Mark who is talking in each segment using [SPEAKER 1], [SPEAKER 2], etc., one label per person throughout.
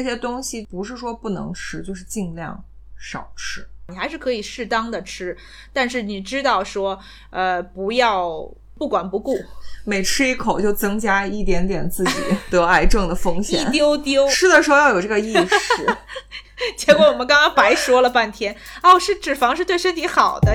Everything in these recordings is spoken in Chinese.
[SPEAKER 1] 这些东西不是说不能吃，就是尽量少吃。
[SPEAKER 2] 你还是可以适当的吃，但是你知道说，呃，不要不管不顾，
[SPEAKER 1] 每吃一口就增加一点点自己得癌症的风
[SPEAKER 2] 一
[SPEAKER 1] 险。
[SPEAKER 2] 丢 丢。
[SPEAKER 1] 吃的时候要有这个意识。
[SPEAKER 2] 结果我们刚刚白说了半天，哦，是脂肪是对身体好的。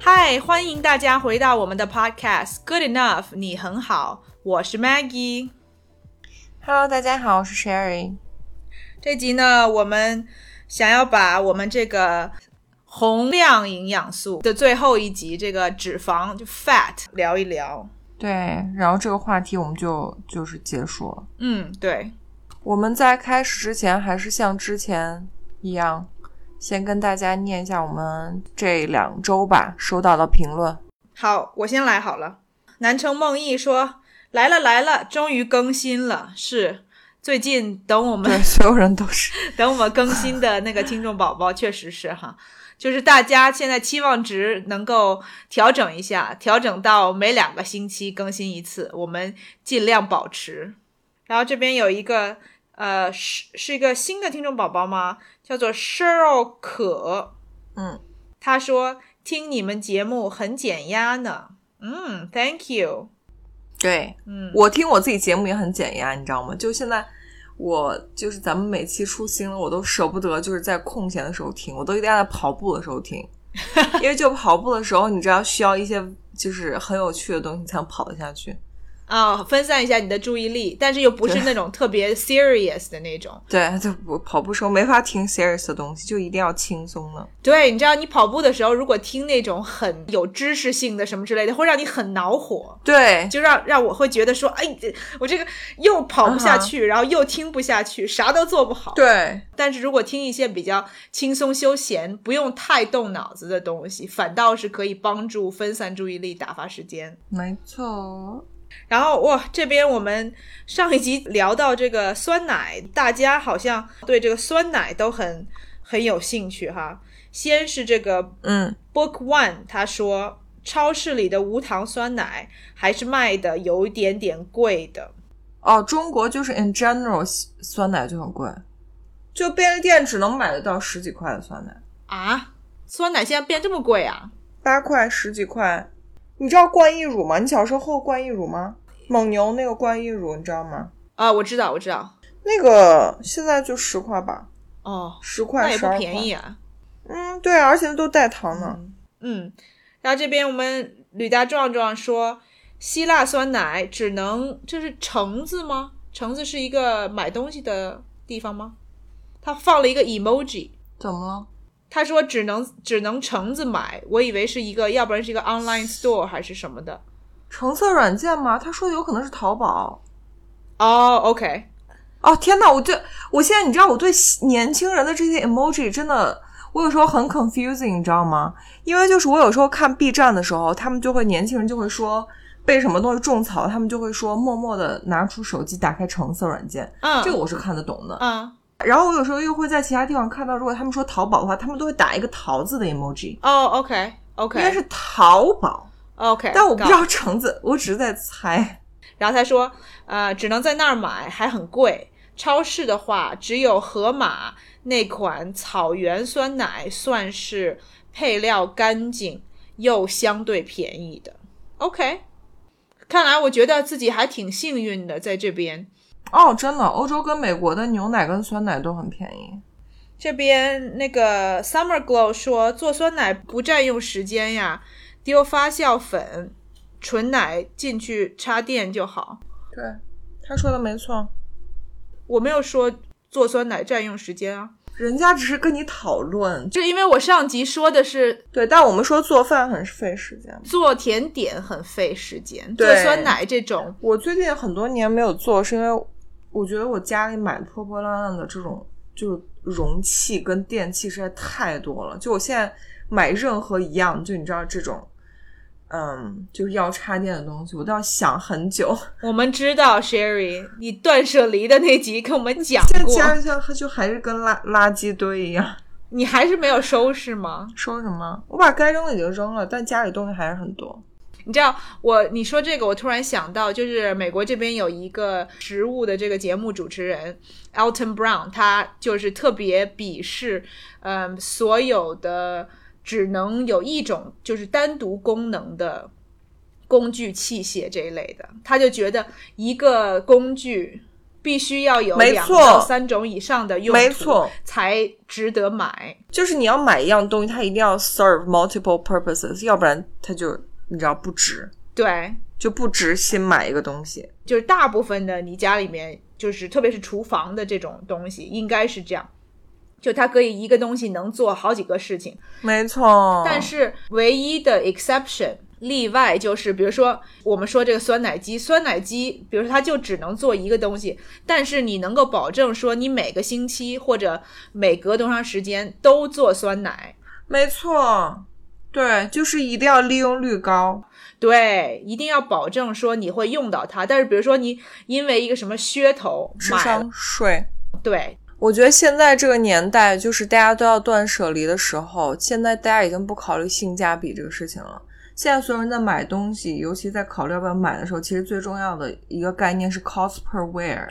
[SPEAKER 2] 嗨，欢迎大家回到我们的 Podcast Good Enough，你很好，我是 Maggie。
[SPEAKER 3] Hello，大家好，我是 Sherry。
[SPEAKER 2] 这集呢，我们想要把我们这个宏量营养素的最后一集，这个脂肪就 fat 聊一聊。
[SPEAKER 1] 对，然后这个话题我们就就是结束了。
[SPEAKER 2] 嗯，对，
[SPEAKER 1] 我们在开始之前，还是像之前一样，先跟大家念一下我们这两周吧收到的评论。
[SPEAKER 2] 好，我先来好了。南城梦忆说：“来了来了，终于更新了。是最近等我
[SPEAKER 1] 对，
[SPEAKER 2] 们
[SPEAKER 1] 所有人都是
[SPEAKER 2] 等我们更新的那个听众宝宝，确实是哈，就是大家现在期望值能够调整一下，调整到每两个星期更新一次，我们尽量保持。然后这边有一个呃是是一个新的听众宝宝吗？叫做 Cheryl 可，
[SPEAKER 1] 嗯，
[SPEAKER 2] 他说听你们节目很减压呢。嗯，Thank you。
[SPEAKER 1] 对
[SPEAKER 2] 嗯，
[SPEAKER 1] 我听我自己节目也很减压，你知道吗？就现在，我就是咱们每期出新了，我都舍不得，就是在空闲的时候听，我都一定要在跑步的时候听，因为就跑步的时候，你知道需要一些就是很有趣的东西才能跑得下去。
[SPEAKER 2] 啊、分散一下你的注意力，但是又不是
[SPEAKER 1] 对
[SPEAKER 2] 那种特别 serious 的那种。
[SPEAKER 1] 对，就我跑步时候没法听 serious 的东西，就一定要轻松的。
[SPEAKER 2] 对，你知道你跑步的时候，如果听那种很有知识性的什么之类的，会让你很恼火，
[SPEAKER 1] 对，
[SPEAKER 2] 就让让我会觉得说，哎，我这个又跑不下去然后又听不下去，啥都做不好。，
[SPEAKER 1] 对，
[SPEAKER 2] 但是如果听一些比较轻松休闲、不用太动脑子的东西，反倒是可以帮助分散注意力、打发时间。
[SPEAKER 1] 没错。哦
[SPEAKER 2] 然后哇，这边我们上一集聊到这个酸奶，大家好像对这个酸奶都很很有兴趣哈。先是这个
[SPEAKER 1] 嗯，
[SPEAKER 2] Book One，他说超市里的无糖酸奶还是卖的有一点点贵的，
[SPEAKER 1] 哦，中国就是 in general 酸奶就很贵，就便利店只能买得到十几块的酸奶，
[SPEAKER 2] 啊，酸奶现在变这么贵啊？
[SPEAKER 1] 八块十几块。你知道冠益乳吗？你小时候喝过冠益乳吗？蒙牛那个冠益乳，你知道吗？
[SPEAKER 2] 啊，我知道，我知道，
[SPEAKER 1] 那个现在就十块吧，
[SPEAKER 2] 哦，
[SPEAKER 1] 十
[SPEAKER 2] 那
[SPEAKER 1] 块
[SPEAKER 2] 也
[SPEAKER 1] 十
[SPEAKER 2] 不
[SPEAKER 1] 二块。
[SPEAKER 2] 便宜啊。
[SPEAKER 1] 嗯，对啊，而且都带糖呢。
[SPEAKER 2] 嗯，然后这边我们吕大壮壮说，希腊酸奶只能这是橙子吗？橙子是一个买东西的地方吗？他放了一个 emoji，
[SPEAKER 1] 怎么了？
[SPEAKER 2] 他说只能只能橙子买，我以为是一个，要不然是一个 online store 还是什么的。
[SPEAKER 1] 橙色软件吗？他说的有可能是淘宝。
[SPEAKER 2] 哦、o k
[SPEAKER 1] 哦天哪！我对我现在你知道我对年轻人的这些 emoji 真的，我有时候很 confusing，你知道吗？因为就是我有时候看 B 站的时候，他们就会年轻人就会说被什么东西种草，他们就会说默默的拿出手机打开橙色软件，
[SPEAKER 2] 嗯，
[SPEAKER 1] 这个我是看得懂的。
[SPEAKER 2] 嗯，
[SPEAKER 1] 然后我有时候又会在其他地方看到，如果他们说淘宝的话，他们都会打一个桃子的 emoji，
[SPEAKER 2] 哦，OK
[SPEAKER 1] 应该
[SPEAKER 2] OK
[SPEAKER 1] 是淘宝，
[SPEAKER 2] OK，
[SPEAKER 1] 但我不知道橙子，我只是在猜。
[SPEAKER 2] 然后他说，呃，只能在那儿买，还很贵。超市的话，只有盒马那款草原酸奶算是配料干净又相对便宜的。OK，看来我觉得自己还挺幸运的，在这边。
[SPEAKER 1] 哦，真的，欧洲跟美国的牛奶跟酸奶都很便宜。
[SPEAKER 2] 这边那个 Summer Glow 说，做酸奶不占用时间呀，丢发酵粉、纯奶进去插电就好。
[SPEAKER 1] 对，他说的没错。
[SPEAKER 2] 我没有说做酸奶占用时间啊，
[SPEAKER 1] 人家只是跟你讨论，
[SPEAKER 2] 就因为我上集说的是
[SPEAKER 1] 对，但我们说做饭很费时间。
[SPEAKER 2] 做甜点很费时间，做
[SPEAKER 1] 对
[SPEAKER 2] 酸奶这种
[SPEAKER 1] 我最近很多年没有做，是因为我觉得我家里买破破烂烂的这种就是容器跟电器实在太多了。就我现在买任何一样，就你知道这种，嗯，就是要插电的东西，我都要想很久。
[SPEAKER 2] 我们知道，Sherry，你断舍离的那集跟我们讲
[SPEAKER 1] 现在家
[SPEAKER 2] 过，
[SPEAKER 1] 里像就还是跟垃垃圾堆一样，
[SPEAKER 2] 你还是没有收拾吗？
[SPEAKER 1] 说什么？我把该扔的已经扔了，但家里东西还是很多。
[SPEAKER 2] 你知道我你说这个，我突然想到，就是美国这边有一个食物的这个节目主持人 Elton Brown，他就是特别鄙视，嗯，所有的只能有一种就是单独功能的工具器械这一类的，他就觉得一个工具。必须要有
[SPEAKER 1] 没
[SPEAKER 2] 两
[SPEAKER 1] 错
[SPEAKER 2] 到三种以上的用途，
[SPEAKER 1] 没错
[SPEAKER 2] 才值得买。
[SPEAKER 1] 就是你要买一样东西，它一定要 serve multiple purposes，要不然它就你知道不值，
[SPEAKER 2] 对，
[SPEAKER 1] 就不值新买一个东西。
[SPEAKER 2] 就是大部分的你家里面，就是特别是厨房的这种东西，应该是这样，就它可以一个东西能做好几个事情。
[SPEAKER 1] 没错，
[SPEAKER 2] 但是唯一的 exception 例外就是，比如说我们说这个酸奶机，酸奶机，比如说它就只能做一个东西，但是你能够保证说你每个星期或者每隔多长时间都做酸奶，
[SPEAKER 1] 没错，对，就是一定要利用率高。
[SPEAKER 2] 对，一定要保证说你会用到它。但是比如说你因为一个什么噱头
[SPEAKER 1] 智
[SPEAKER 2] 买了，
[SPEAKER 1] 商税。
[SPEAKER 2] 对，
[SPEAKER 1] 我觉得现在这个年代，就是大家都要断舍离的时候，现在大家已经不考虑性价比这个事情了。现在所有人在买东西，尤其在考虑要不要买的时候，其实最重要的一个概念是 cost per wear，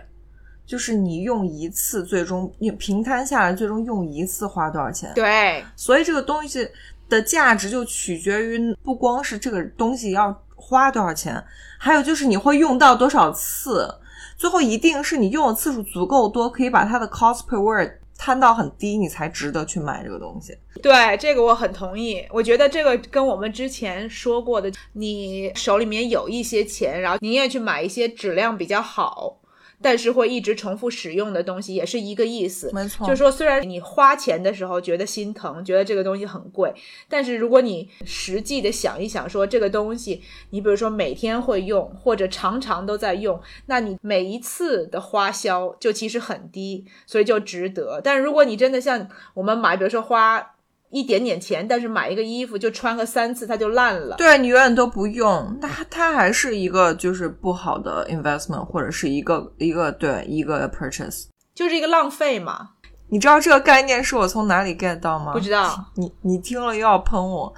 [SPEAKER 1] 就是你用一次，最终你平摊下来，最终用一次花多少钱。
[SPEAKER 2] 对，
[SPEAKER 1] 所以这个东西的价值就取决于不光是这个东西要花多少钱，还有就是你会用到多少次。最后一定是你用的次数足够多，可以把它的 cost per word 摊到很低，你才值得去买这个东西。
[SPEAKER 2] 对，这个我很同意。我觉得这个跟我们之前说过的，你手里面有一些钱，然后宁愿去买一些质量比较好，但是会一直重复使用的东西，也是一个意思。
[SPEAKER 1] 没错
[SPEAKER 2] 就是说，虽然你花钱的时候觉得心疼，觉得这个东西很贵，但是如果你实际的想一想说这个东西，你比如说每天会用，或者常常都在用，那你每一次的花销就其实很低，所以就值得。但如果你真的像我们买，比如说花一点点钱，但是买一个衣服就穿个三次，它就烂了。
[SPEAKER 1] 对你永远都不用，那它还是一个就是不好的 investment，或者是一个一个对一个 purchase。
[SPEAKER 2] 就是一个浪费嘛，
[SPEAKER 1] 你知道这个概念是我从哪里 get 到吗？
[SPEAKER 2] 不知道。
[SPEAKER 1] 你你听了又要喷我。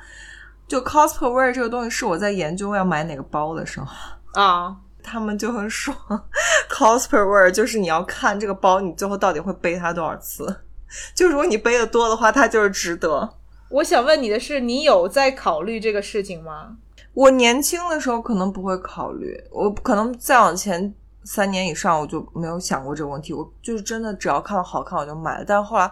[SPEAKER 1] 就 cost per wear 这个东西是我在研究要买哪个包的时候，
[SPEAKER 2] 啊，
[SPEAKER 1] 他们就会说 cost per wear 就是你要看这个包你最后到底会背它多少次。就如果你背的多的话，它就是值得。
[SPEAKER 2] 我想问你的是，你有在考虑这个事情吗？
[SPEAKER 1] 我年轻的时候可能不会考虑，我可能再往前三年以上我就没有想过这个问题。我就是真的只要看到好看我就买了，但后来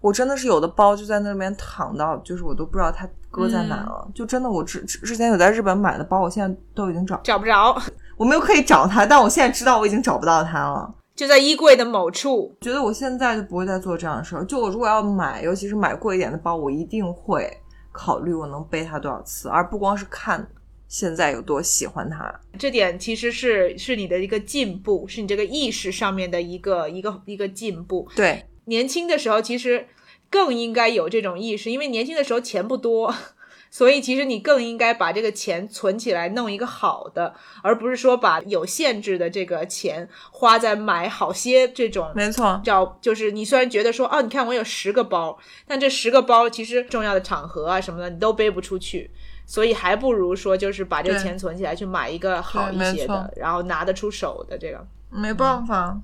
[SPEAKER 1] 我真的是有的包就在那边躺到，就是我都不知道它搁在哪了。就真的我之之之前有在日本买的包，我现在都已经找
[SPEAKER 2] 找不着，
[SPEAKER 1] 我没有可以找它，但我现在知道我已经找不到它了。
[SPEAKER 2] 就在衣柜的某处。
[SPEAKER 1] 觉得我现在就不会再做这样的事儿。就我如果要买，尤其是买贵一点的包，我一定会考虑我能背它多少次，而不光是看现在有多喜欢它。
[SPEAKER 2] 这点其实是是你的一个进步，是你这个意识上面的一个一个一个进步。
[SPEAKER 1] 对，
[SPEAKER 2] 年轻的时候其实更应该有这种意识，因为年轻的时候钱不多， 所以其实你更应该把这个钱存起来，弄一个好的，而不是说把有限制的这个钱花在买好些这种。
[SPEAKER 1] 没错，
[SPEAKER 2] 叫就是你虽然觉得说啊，你看我有十个包，但这十个包其实重要的场合啊什么的你都背不出去，所以还不如说就是把这个
[SPEAKER 1] 对
[SPEAKER 2] 钱存起来去买一个好
[SPEAKER 1] 对
[SPEAKER 2] 一
[SPEAKER 1] 没
[SPEAKER 2] 些
[SPEAKER 1] 错
[SPEAKER 2] 的，然后拿得出手的这个。
[SPEAKER 1] 没办法，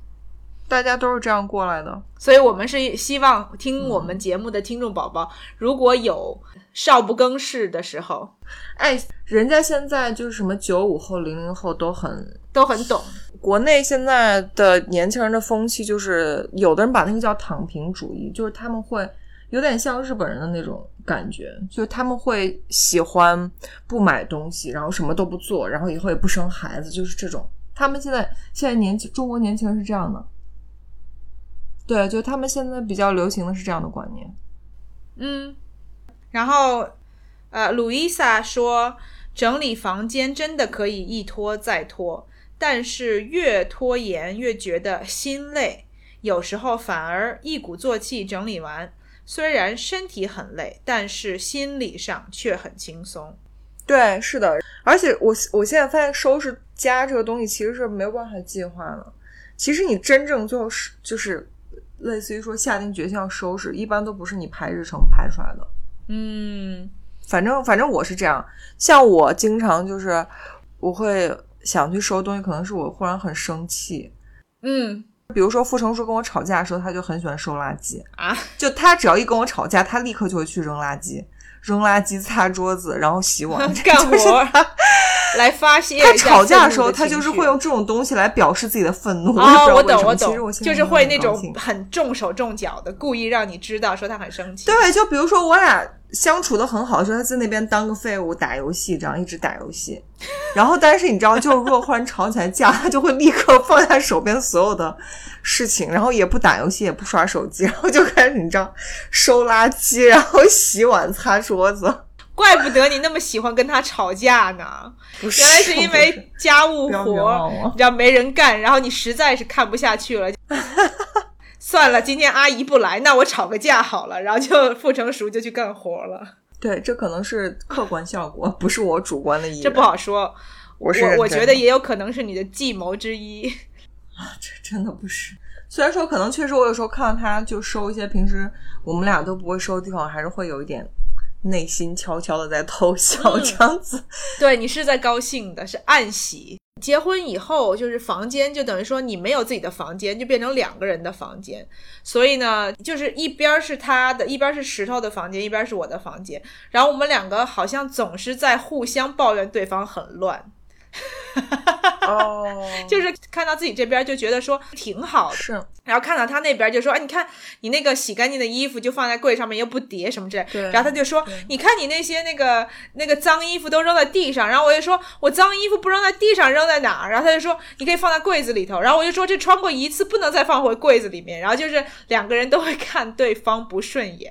[SPEAKER 1] 大家都是这样过来的。
[SPEAKER 2] 所以我们是希望听我们节目的听众宝宝，如果有少不更事的时候，
[SPEAKER 1] 哎，人家现在就是什么九五后、零零后都很。
[SPEAKER 2] 都很懂。
[SPEAKER 1] 国内现在的年轻人的风气就是，有的人把那个叫躺平主义，就是他们会有点像日本人的那种感觉，就是他们会喜欢不买东西，然后什么都不做，然后以后也不生孩子，就是这种。他们现在现在年轻中国年轻人是这样的，对，就他们现在比较流行的是这样的观念。
[SPEAKER 2] 嗯，然后呃，鲁伊萨说，整理房间真的可以一拖再拖，但是越拖延越觉得心累，有时候反而一鼓作气整理完，虽然身体很累，但是心理上却很轻松。
[SPEAKER 1] 对，是的，而且我我现在发现收拾家这个东西其实是没有办法计划的。其实你真正最后是就是类似于说下定决心要收拾，一般都不是你排日程排出来的。
[SPEAKER 2] 嗯
[SPEAKER 1] 反正反正我是这样，像我经常就是我会想去收东西，可能是我忽然很生气。
[SPEAKER 2] 嗯
[SPEAKER 1] 比如说傅成叔跟我吵架的时候，他就很喜欢收垃圾，
[SPEAKER 2] 啊，
[SPEAKER 1] 就他只要一跟我吵架，他立刻就会去扔垃圾，扔垃圾、擦桌子，然后洗碗，这
[SPEAKER 2] 干
[SPEAKER 1] 就是
[SPEAKER 2] 活
[SPEAKER 1] 他
[SPEAKER 2] 来发泄一下
[SPEAKER 1] 他吵架的时候，
[SPEAKER 2] 愤怒
[SPEAKER 1] 他
[SPEAKER 2] 情
[SPEAKER 1] 就是
[SPEAKER 2] 绪
[SPEAKER 1] 会用这种东西来表示自己的愤 怒。也不知
[SPEAKER 2] 哦，
[SPEAKER 1] 道
[SPEAKER 2] 我
[SPEAKER 1] 为什
[SPEAKER 2] 懂
[SPEAKER 1] 么
[SPEAKER 2] 我
[SPEAKER 1] 其实
[SPEAKER 2] 懂，
[SPEAKER 1] 我现
[SPEAKER 2] 就
[SPEAKER 1] 在
[SPEAKER 2] 是
[SPEAKER 1] 很
[SPEAKER 2] 会那
[SPEAKER 1] 高
[SPEAKER 2] 种
[SPEAKER 1] 兴
[SPEAKER 2] 很重手重脚的，故意让你知道说他很生气。
[SPEAKER 1] 对，就比如说我俩相处的很好的时候，他在那边当个废物打游戏，这样一直打游戏。然后，但是你知道，就如果忽然吵起来架，他就会立刻放下手边所有的事情，然后也不打游戏，也不刷手机，然后就开始你知道收垃圾，然后洗碗、擦桌子。
[SPEAKER 2] 怪不得你那么喜欢跟他吵架 呢，
[SPEAKER 1] 不是，
[SPEAKER 2] 原来是因
[SPEAKER 1] 不
[SPEAKER 2] 为家务
[SPEAKER 1] 不要冤
[SPEAKER 2] 活
[SPEAKER 1] 枉我
[SPEAKER 2] 你知道没人干，然后你实在是看不下去了。 算了，今天阿姨不来，那我吵个架好了，然后就傅成熟就去干活了。
[SPEAKER 1] 对，这可能是客观效果，不是我主观的意愿。
[SPEAKER 2] 这不，好说，
[SPEAKER 1] 我是
[SPEAKER 2] 我
[SPEAKER 1] 认
[SPEAKER 2] 我
[SPEAKER 1] 真
[SPEAKER 2] 觉
[SPEAKER 1] 的
[SPEAKER 2] 得也有可能是你的计谋之一。
[SPEAKER 1] 这真的不是。虽然说可能确实我有时候看到他就收一些平时我们俩都不会收的地方，还是会有一点内心悄悄的在偷
[SPEAKER 2] 嗯
[SPEAKER 1] 笑这样 子。
[SPEAKER 2] 对你是在高兴的，是暗喜。结婚以后，就是房间就等于说你没有自己的房间，就变成两个人的房间。所以呢，就是一边儿是他的，一边儿是石头的房间，一边儿是我的房间。然后我们两个好像总是在互相抱怨对方很乱，
[SPEAKER 1] 哦，
[SPEAKER 2] 就是看到自己这边就觉得说挺好的，
[SPEAKER 1] 是
[SPEAKER 2] 然后看到他那边就说：“哎，你看你那个洗干净的衣服就放在柜上面，又不叠什么之类。”
[SPEAKER 1] 对
[SPEAKER 2] 然后他就说：“你看你那些那个那个脏衣服都扔在地上。”然后我就说：“我脏衣服不扔在地上，扔在哪儿？”然后他就说：“你可以放在柜子里头。”然后我就说：“这穿过一次不能再放回柜子里面。”然后就是两个人都会看对方不顺眼。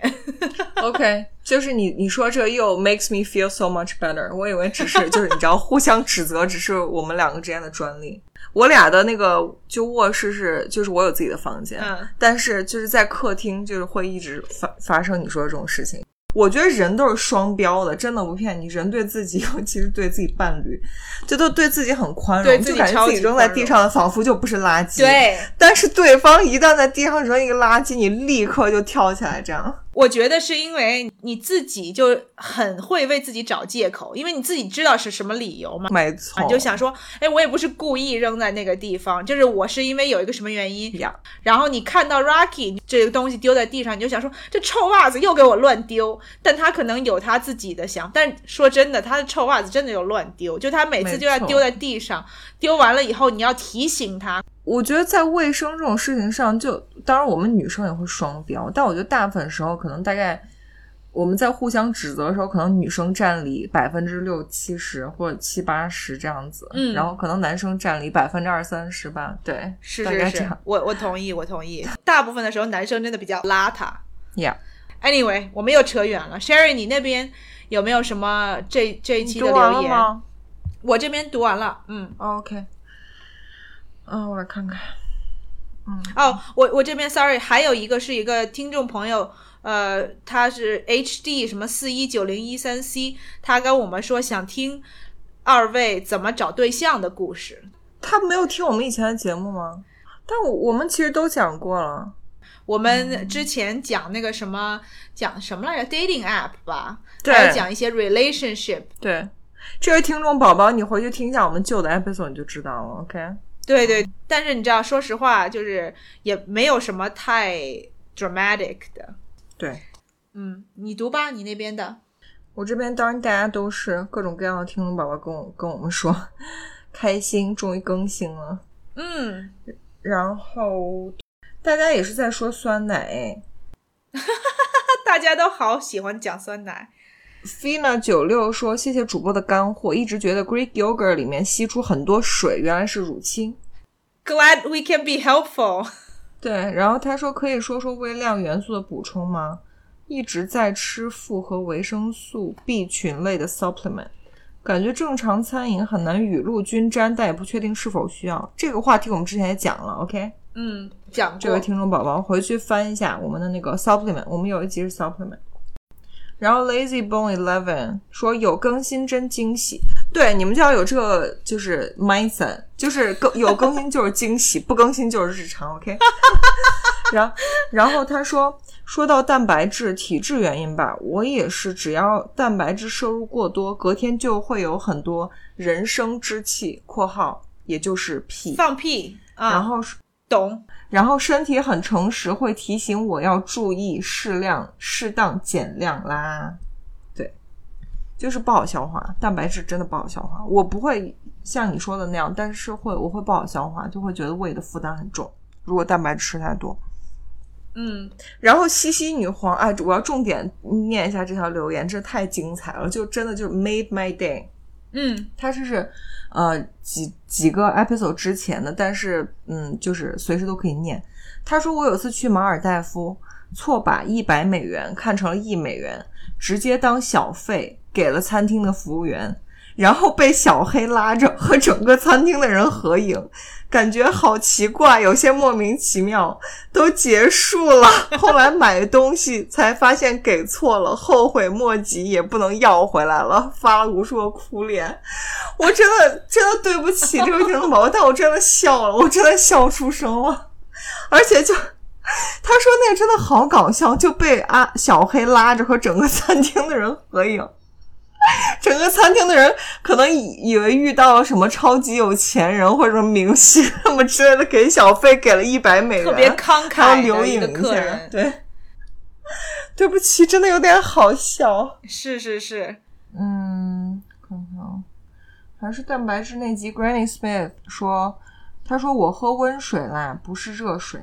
[SPEAKER 1] OK，就是你你说这又 makes me feel so much better。我以为只是就是你知道互相指责，只是我们两个之间的专利。我俩的那个就卧室是就是我有自己的房间，
[SPEAKER 2] 嗯
[SPEAKER 1] 但是就是在客厅，就是会一直发发生你说的这种事情。我觉得人都是双标的，真的不骗你。人对自己， 尤其是对自己伴侣，就都对自己很宽容，
[SPEAKER 2] 对自
[SPEAKER 1] 就
[SPEAKER 2] 己
[SPEAKER 1] 感觉
[SPEAKER 2] 超
[SPEAKER 1] 自己
[SPEAKER 2] 级
[SPEAKER 1] 扔在
[SPEAKER 2] 宽
[SPEAKER 1] 地
[SPEAKER 2] 容
[SPEAKER 1] 上的仿佛就不是垃圾。，
[SPEAKER 2] 对，
[SPEAKER 1] 但是对方一旦在地上扔一个垃圾，你立刻就跳起来，这样。
[SPEAKER 2] 我觉得是因为你自己就很会为自己找借口，因为你自己知道是什么理由嘛。
[SPEAKER 1] 没错，
[SPEAKER 2] 啊，你就想说，哎，我也不是故意扔在那个地方，就是我是因为有一个什么原因。
[SPEAKER 1] 呀。
[SPEAKER 2] 然后你看到 Rocky 这个东西丢在地上，你就想说，这臭袜子又给我乱丢。但他可能有他自己的想，但说真的，他的臭袜子真的有乱丢，就他每次
[SPEAKER 1] 没
[SPEAKER 2] 就要
[SPEAKER 1] 错
[SPEAKER 2] 丢在地上，丢完了以后你要提醒他。
[SPEAKER 1] 我觉得在卫生这种事情上就，当然我们女生也会双标，但我觉得大部分时候可能大概我们在互相指责的时候，可能女生占理百分之六七十或者七八十这样子，
[SPEAKER 2] 嗯
[SPEAKER 1] 然后可能男生占理百分之二三十吧，对，
[SPEAKER 2] 是
[SPEAKER 1] 大概
[SPEAKER 2] 是
[SPEAKER 1] 这
[SPEAKER 2] 是
[SPEAKER 1] 样，
[SPEAKER 2] 我我同意，我同意。大部分的时候，男生真的比较邋遢。
[SPEAKER 1] ，Yeah，
[SPEAKER 2] Anyway，我们又扯远了。Sherry，你那边有没有什么这这一期的留言？
[SPEAKER 1] 吗
[SPEAKER 2] 我这边读完了，嗯。
[SPEAKER 1] ？OK，嗯、我来看看，
[SPEAKER 2] 哦，我我这边 sorry，还有一个是一个听众朋友，呃，他是 HD 什么四一九零一三 C，他跟我们说想听二位怎么找对象的故事。
[SPEAKER 1] 他没有听我们以前的节目吗？但我我们其实都讲过了，
[SPEAKER 2] 我们之前讲那个什么讲什么来着，dating app 吧，
[SPEAKER 1] 对
[SPEAKER 2] 还有讲一些 relationship，
[SPEAKER 1] 对，这位听众宝宝，你回去听一下我们旧的 episode 你就知道了，OK。
[SPEAKER 2] 对对。但是你知道，说实话，就是也没有什么太 dramatic 的。
[SPEAKER 1] 对
[SPEAKER 2] 嗯，你读吧，你那边的。
[SPEAKER 1] 我这边，当然大家都是各种各样的听众宝宝跟我跟我们说，开心，终于更新了。
[SPEAKER 2] 嗯，
[SPEAKER 1] 然后大家也是在说酸奶
[SPEAKER 2] 大家都好喜欢讲酸奶。
[SPEAKER 1] ，Fina 九六说谢谢主播的干货，一直觉得 Greek yogurt 里面吸出很多水，原来是乳清。
[SPEAKER 2] Glad we can be helpful
[SPEAKER 1] 对，然后他说可以说说微量元素的补充吗？一直在吃复合维生素 B 群类的 supplement，感觉正常餐饮很难雨露均沾，但也不确定是否需要。这个话题我们之前也讲了，OK？
[SPEAKER 2] 嗯，讲
[SPEAKER 1] 这位
[SPEAKER 2] 过，
[SPEAKER 1] 听众宝宝回去翻一下我们的那个 supplement，我们有一集是 supplement。然后 Lazy Bone Eleven 说有更新真惊喜，对，你们就要有这个就是 mindset，就是更有更新就是惊喜，不更新就是日常，OK 。 然后然后他说说到蛋白质体质原因吧，我也是，只要蛋白质摄入过多，隔天就会有很多人生之气（括号也就是屁
[SPEAKER 2] 放屁），
[SPEAKER 1] 然
[SPEAKER 2] 啊，
[SPEAKER 1] 后
[SPEAKER 2] 懂。
[SPEAKER 1] 然后身体很诚实，会提醒我要注意适量、适当减量啦。对，就是不好消化，蛋白质真的不好消化。我不会像你说的那样，但是会我会不好消化，就会觉得胃的负担很重。如果蛋白质吃太多，
[SPEAKER 2] 嗯，
[SPEAKER 1] 然后西西女皇啊，我要重点念一下这条留言，这太精彩了，就真的就是 made my day。
[SPEAKER 2] 嗯，
[SPEAKER 1] 它是是呃几几个 episode 之前的，但是嗯，就是随时都可以念。他说我有次去马尔代夫，错把一百美元看成了一美元，直接当小费给了餐厅的服务员，然后被小黑拉着和整个餐厅的人合影，感觉好奇怪，有些莫名其妙。都结束了，后来买东西才发现给错了，后悔莫及，也不能要回来了，发了无数个哭脸。我真的真的对不起这位听众宝宝，但我真的笑了，我真的笑出声了，而且就。他说：“那个真的好搞笑，就被啊小黑拉着和整个餐厅的人合影，整个餐厅的人可能以以为遇到了什么超级有钱人或者什么明星什么之类的，给小费给了一百美元，
[SPEAKER 2] 特别慷
[SPEAKER 1] 他要
[SPEAKER 2] 慨
[SPEAKER 1] 留
[SPEAKER 2] 的一
[SPEAKER 1] 影
[SPEAKER 2] 个客人，
[SPEAKER 1] 对， 对不起，真的有点好笑。
[SPEAKER 2] 是是是，
[SPEAKER 1] 嗯，看看啊，还是蛋白质那集，Granny Smith 说，他说我喝温水啦，不是热水，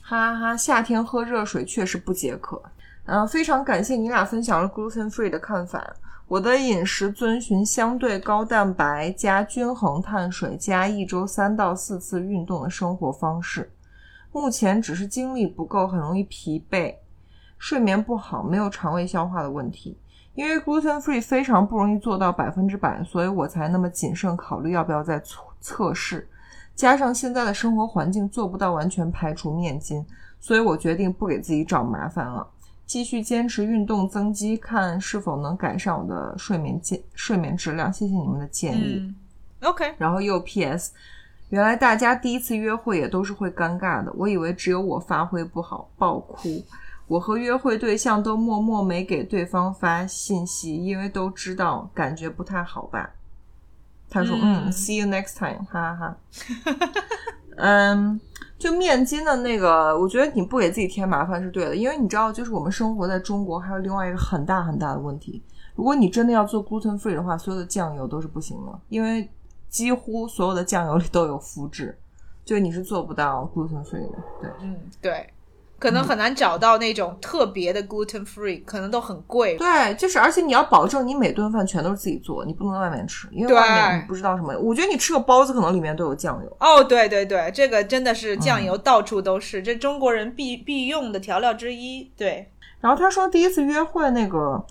[SPEAKER 1] 哈哈哈，夏天喝热水确实不解渴。嗯、非常感谢你俩分享了 gluten free 的看法。我的饮食遵循相对高蛋白加均衡碳水加一周三到四次运动的生活方式。目前只是精力不够，很容易疲惫，睡眠不好，没有肠胃消化的问题。因为 gluten free 非常不容易做到百分之百，所以我才那么谨慎考虑要不要再测测试。加上现在的生活环境做不到完全排除面筋，所以我决定不给自己找麻烦了，继续坚持运动增肌，看是否能改善我的睡眠健睡眠质量。谢谢你们的建议。
[SPEAKER 2] 嗯，OK，
[SPEAKER 1] 然后又 PS，原来大家第一次约会也都是会尴尬的，我以为只有我发挥不好，爆哭。我和约会对象都默默没给对方发信息，因为都知道感觉不太好吧。他说：“嗯
[SPEAKER 2] 嗯
[SPEAKER 1] s e e you next time，哈哈哈。”嗯，就面筋的那个，我觉得你不给自己添麻烦是对的，因为你知道，就是我们生活在中国，还有另外一个很大很大的问题，如果你真的要做 gluten free 的话，所有的酱油都是不行的，因为几乎所有的酱油里都有麸质，就你是做不到 gluten free 的。对，
[SPEAKER 2] 嗯，对，可能很难找到那种特别的 gluten free，可能都很贵。
[SPEAKER 1] 对，就是而且你要保证你每顿饭全都是自己做，你不能在外面吃，因为
[SPEAKER 2] 对
[SPEAKER 1] 外面你不知道什么。我觉得你吃个包子可能里面都有酱油。
[SPEAKER 2] 哦，对对对，这个真的是酱油到处都是，这中国人必必用的调料之一。对，
[SPEAKER 1] 然后他说第一次约会那个。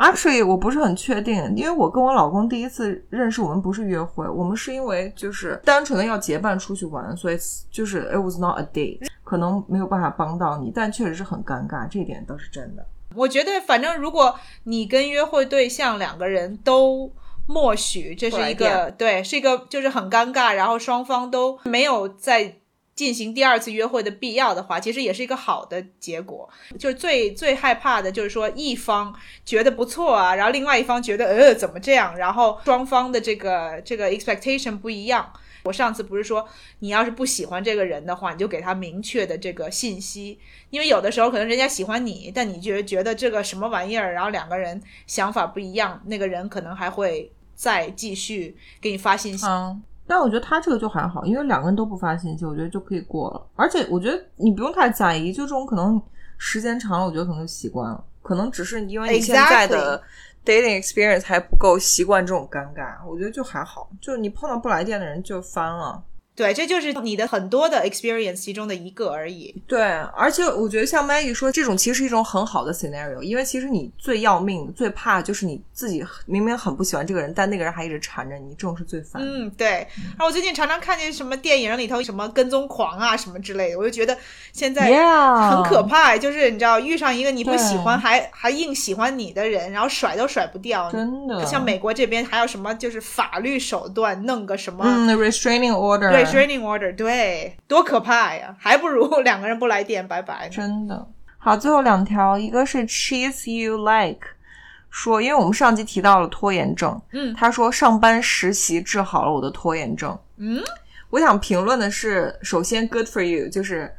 [SPEAKER 1] Actually，我不是很确定，因为我跟我老公第一次认识，我们不是约会，我们是因为就是单纯的要结伴出去玩，所以就是 it was not a date，可能没有办法帮到你，但确实是很尴尬，这一点倒是真的。
[SPEAKER 2] 我觉得反正如果你跟约会对象两个人都默许，这是一
[SPEAKER 1] 不来
[SPEAKER 2] 个对，是一个就是很尴尬，然后双方都没有再进行第二次约会的必要的话，其实也是一个好的结果。就是最最害怕的就是说一方觉得不错啊，然后另外一方觉得呃怎么这样，然后双方的这个这个 expectation 不一样。我上次不是说，你要是不喜欢这个人的话，你就给他明确的这个信息，因为有的时候可能人家喜欢你，但你觉觉得这个什么玩意儿，然后两个人想法不一样，那个人可能还会再继续给你发信息。
[SPEAKER 1] 嗯，但我觉得他这个就还好，因为两个人都不发信息，我觉得就可以过了。而且我觉得你不用太在意，就这种可能时间长了，我觉得可能就习惯了，可能只是因为你现在的 dating experience 还不够习惯这种尴尬，我觉得就还好。就是你碰到不来电的人就翻了，
[SPEAKER 2] 对，这就是你的很多的 experience 其中的一个而已。
[SPEAKER 1] 对，而且我觉得像 Maggie 说，这种其实是一种很好的 scenario，因为其实你最要命、最怕就是你自己明明很不喜欢这个人，但那个人还一直缠着你，这种是最烦的。
[SPEAKER 2] 嗯，对。然后我最近常常看见什么电影里头什么跟踪狂啊什么之类的，我就觉得现在
[SPEAKER 1] Yeah
[SPEAKER 2] 很可怕。就是你知道，遇上一个你不
[SPEAKER 1] 哦对
[SPEAKER 2] 喜欢还还硬喜欢你的人，然后甩都甩不掉。
[SPEAKER 1] 真的，
[SPEAKER 2] 像美国这边还有什么就是法律手段弄个什么、
[SPEAKER 1] 嗯，restraining order，
[SPEAKER 2] 对 training order，对，多可怕呀！还不如 两个人不来电，拜拜呢。
[SPEAKER 1] 真的。好，最后两条，一个是 cheese you like，说，因为我们上集提到了拖延症，
[SPEAKER 2] 嗯
[SPEAKER 1] 他说上班实习治好了我的拖延症，
[SPEAKER 2] 嗯，
[SPEAKER 1] 我想评论的是，首先 good for you，就是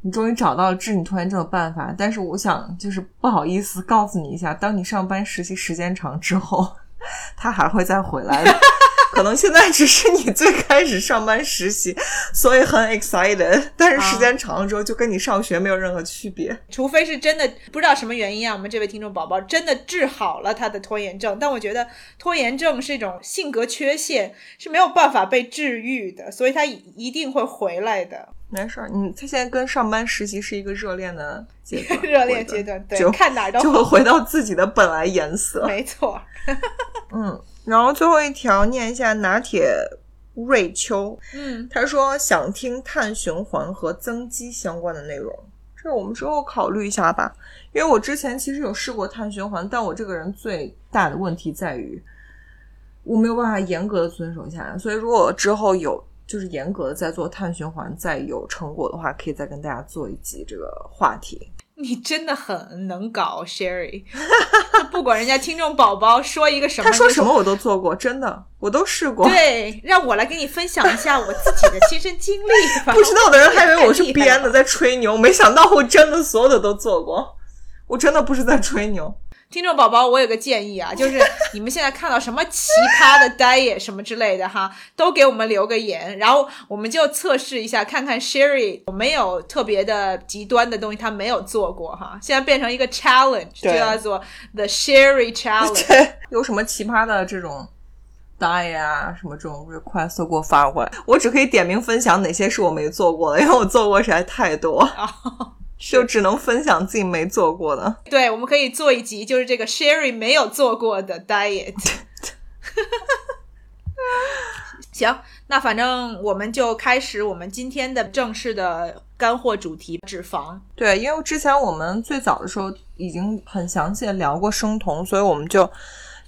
[SPEAKER 1] 你终于找到了治你拖延症的办法，但是我想就是不好意思告诉你一下，当你上班实习时间长之后， 他还会再回来的。可能现在只是你最开始上班实习，所以很 excited，但是
[SPEAKER 2] 啊
[SPEAKER 1] 时间长了之后就跟你上学没有任何区别。
[SPEAKER 2] 除非是真的不知道什么原因啊，我们这位听众宝宝真的治好了他的拖延症，但我觉得拖延症是一种性格缺陷，是没有办法被治愈的，所以他一定会回来的。
[SPEAKER 1] 没事儿，你他现在跟上班实习是一个热恋的阶段，
[SPEAKER 2] 热恋阶段，对，
[SPEAKER 1] 就
[SPEAKER 2] 看哪儿都
[SPEAKER 1] 就会
[SPEAKER 2] 好，
[SPEAKER 1] 回到自己的本来颜色。
[SPEAKER 2] 没错。
[SPEAKER 1] 嗯，然后最后一条念一下拿铁瑞秋，
[SPEAKER 2] 嗯，
[SPEAKER 1] 他说想听碳循环和增肌相关的内容，这我们之后考虑一下吧。因为我之前其实有试过碳循环，但我这个人最大的问题在于我没有办法严格的遵守下来，所以如果之后有就是严格的在做碳循环，再有成果的话，可以再跟大家做一集这个话题。
[SPEAKER 2] 你真的很能搞，Sherry。就不管人家听众宝宝说一个什
[SPEAKER 1] 他
[SPEAKER 2] 么，
[SPEAKER 1] 说
[SPEAKER 2] 你就
[SPEAKER 1] 什么我都做过，真的我都试过。
[SPEAKER 2] 对，啊让我来给你分享一下我自己的亲身经历 吧。
[SPEAKER 1] 不知道的人还以为我是
[SPEAKER 2] 太厉害
[SPEAKER 1] 编
[SPEAKER 2] 了
[SPEAKER 1] 的，在吹牛，没想到我真的所有的都做过，我真的不是在吹牛。
[SPEAKER 2] 听众宝宝，我有个建议啊，就是你们现在看到什么奇葩的 diet 什么之类的哈，都给我们留个言，然后我们就测试一下，看看 Sherry 有没有特别的极端的东西他没有做过哈。现在变成一个 challenge，就
[SPEAKER 1] 对
[SPEAKER 2] 叫做 the Sherry challenge。
[SPEAKER 1] 有什么奇葩的这种 diet 啊，什么这种 request 都给我发过来，我只可以点名分享哪些是我没做过的，因为我做过实在太多， 就只能分享自己没做过的。
[SPEAKER 2] 对，我们可以做一集，就是这个 Sherry 没有做过的 diet。行，那反正我们就开始我们今天的正式的干货主题——脂肪。
[SPEAKER 1] 对，因为之前我们最早的时候已经很详细的聊过生酮，所以我们就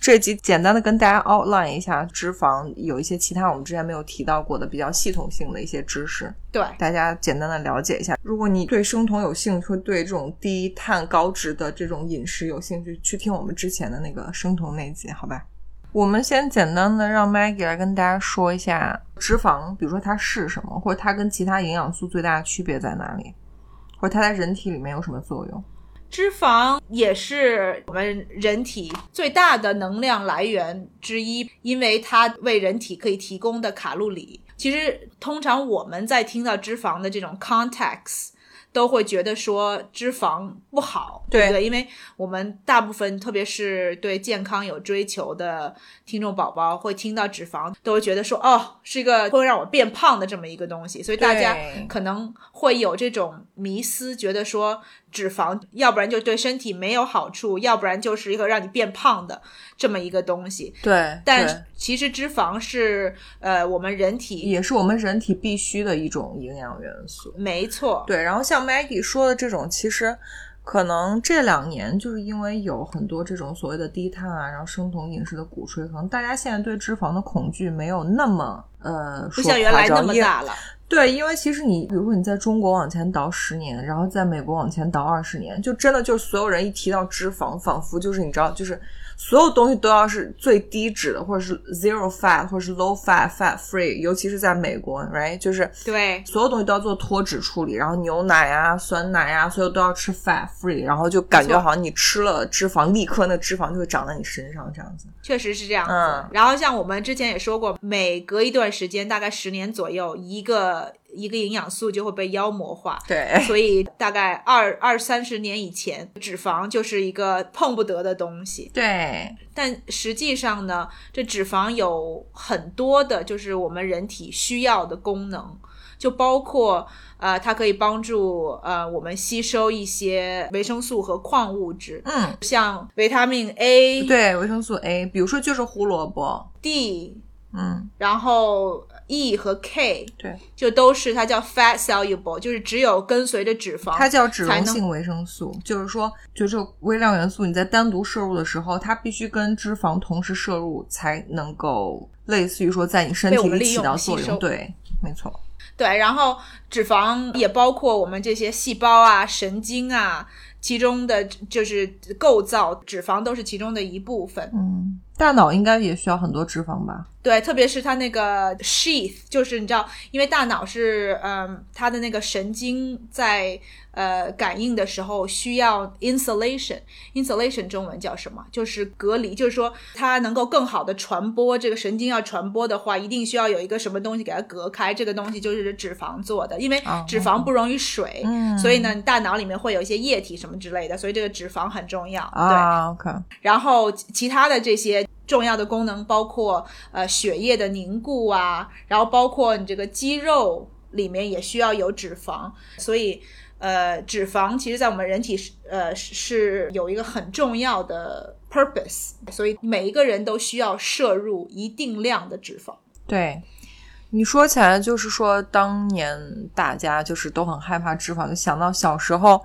[SPEAKER 1] 这集简单的跟大家 outline 一下脂肪有一些其他我们之前没有提到过的比较系统性的一些知识，
[SPEAKER 2] 对，
[SPEAKER 1] 大家简单的了解一下。如果你对生酮有兴趣，对这种低碳高脂的这种饮食有兴趣，去听我们之前的那个生酮那集，好吧？我们先简单的让 Maggie 来跟大家说一下脂肪，比如说它是什么，或者它跟其他营养素最大的区别在哪里，或者它在人体里面有什么作用。
[SPEAKER 2] 脂肪也是我们人体最大的能量来源之一，因为它为人体可以提供的卡路里。其实，通常我们在听到脂肪的这种 context，都会觉得说脂肪不好，
[SPEAKER 1] 对
[SPEAKER 2] 不对？因为我们大部分，特别是对健康有追求的听众宝宝，会听到脂肪，都会觉得说，哦，是一个会让我变胖的这么一个东西，所以大家
[SPEAKER 1] 对
[SPEAKER 2] 可能会有这种迷思，觉得说脂肪要不然就对身体没有好处，要不然就是一个让你变胖的这么一个东西。
[SPEAKER 1] 对，
[SPEAKER 2] 但其实脂肪是呃我们人体
[SPEAKER 1] 也是我们人体必须的一种营养元素。
[SPEAKER 2] 没错，
[SPEAKER 1] 对，然后像 Maggie 说的这种，其实可能这两年就是因为有很多这种所谓的低碳啊，然后生酮饮食的鼓吹，可能大家现在对脂肪的恐惧没有那么呃，
[SPEAKER 2] 不
[SPEAKER 1] 说
[SPEAKER 2] 像原
[SPEAKER 1] 夸
[SPEAKER 2] 来那
[SPEAKER 1] 张
[SPEAKER 2] 么
[SPEAKER 1] 因为
[SPEAKER 2] 大了。
[SPEAKER 1] 对，因为其实你，比如说你在中国往前倒十年，然后在美国往前倒二十年，就真的就是所有人一提到脂肪，仿佛就是你知道，就是所有东西都要是最低脂的，或者是 zero fat，或者是 low fat fat free，尤其是在美国，right，就是
[SPEAKER 2] 对
[SPEAKER 1] 所有东西都要做脱脂处理，然后牛奶啊、酸奶啊，所有都要吃 fat free，然后就感
[SPEAKER 2] 没
[SPEAKER 1] 觉
[SPEAKER 2] 错
[SPEAKER 1] 好像你吃了脂肪，立刻那脂肪就会长在你身上这样子。
[SPEAKER 2] 确实是这样子。
[SPEAKER 1] 嗯
[SPEAKER 2] 然后像我们之前也说过，每隔一段时间，大概十年左右，一个一个营养素就会被妖魔化。
[SPEAKER 1] 对，
[SPEAKER 2] 所以大概二二三十年以前，脂肪就是一个碰不得的东西。
[SPEAKER 1] 对，
[SPEAKER 2] 但实际上呢，这脂肪有很多的，就是我们人体需要的功能，就包括呃，它可以帮助呃我们吸收一些维生素和矿物质，
[SPEAKER 1] 嗯，
[SPEAKER 2] 像维他命 A、
[SPEAKER 1] 对，维生素 A，比如说就是胡萝卜，
[SPEAKER 2] D，
[SPEAKER 1] 嗯，
[SPEAKER 2] 然后 E 和 K，
[SPEAKER 1] 对，
[SPEAKER 2] 就都是它叫 fat soluble，就是只有跟随着脂肪，
[SPEAKER 1] 它叫脂
[SPEAKER 2] 才
[SPEAKER 1] 溶
[SPEAKER 2] 能
[SPEAKER 1] 性维生素，就是说，就这个微量元素你在单独摄入的时候，它必须跟脂肪同时摄入，才能够类似于说在你身
[SPEAKER 2] 被我
[SPEAKER 1] 体
[SPEAKER 2] 们
[SPEAKER 1] 里
[SPEAKER 2] 利
[SPEAKER 1] 起
[SPEAKER 2] 用
[SPEAKER 1] 到作
[SPEAKER 2] 吸
[SPEAKER 1] 用。
[SPEAKER 2] 收
[SPEAKER 1] 对，没错。
[SPEAKER 2] 对，然后脂肪也包括我们这些细胞啊、神经啊，其中的就是构造，脂肪都是其中的一部分。
[SPEAKER 1] 嗯，大脑应该也需要很多脂肪吧？
[SPEAKER 2] 对，特别是它那个 sheath，就是你知道，因为大脑是嗯，它的那个神经在呃感应的时候需要 insulation，insulation 中文叫什么？就是隔离，就是说它能够更好的传播这个神经要传播的话，一定需要有一个什么东西给它隔开，这个东西就是脂肪做的，因为
[SPEAKER 1] 哦
[SPEAKER 2] 脂肪不溶于水，
[SPEAKER 1] 嗯
[SPEAKER 2] 所以呢，你大脑里面会有一些液体什么之类的，所以这个脂肪很重要。对。
[SPEAKER 1] 啊，OK，
[SPEAKER 2] 然后其其他的这些重要的功能包括呃血液的凝固啊，然后包括你这个肌肉里面也需要有脂肪，所以呃脂肪其实在我们人体是呃是是有一个很重要的 purpose，所以每一个人都需要摄入一定量的脂肪。
[SPEAKER 1] 对。你说起来，就是说当年大家就是都很害怕脂肪，就想到小时候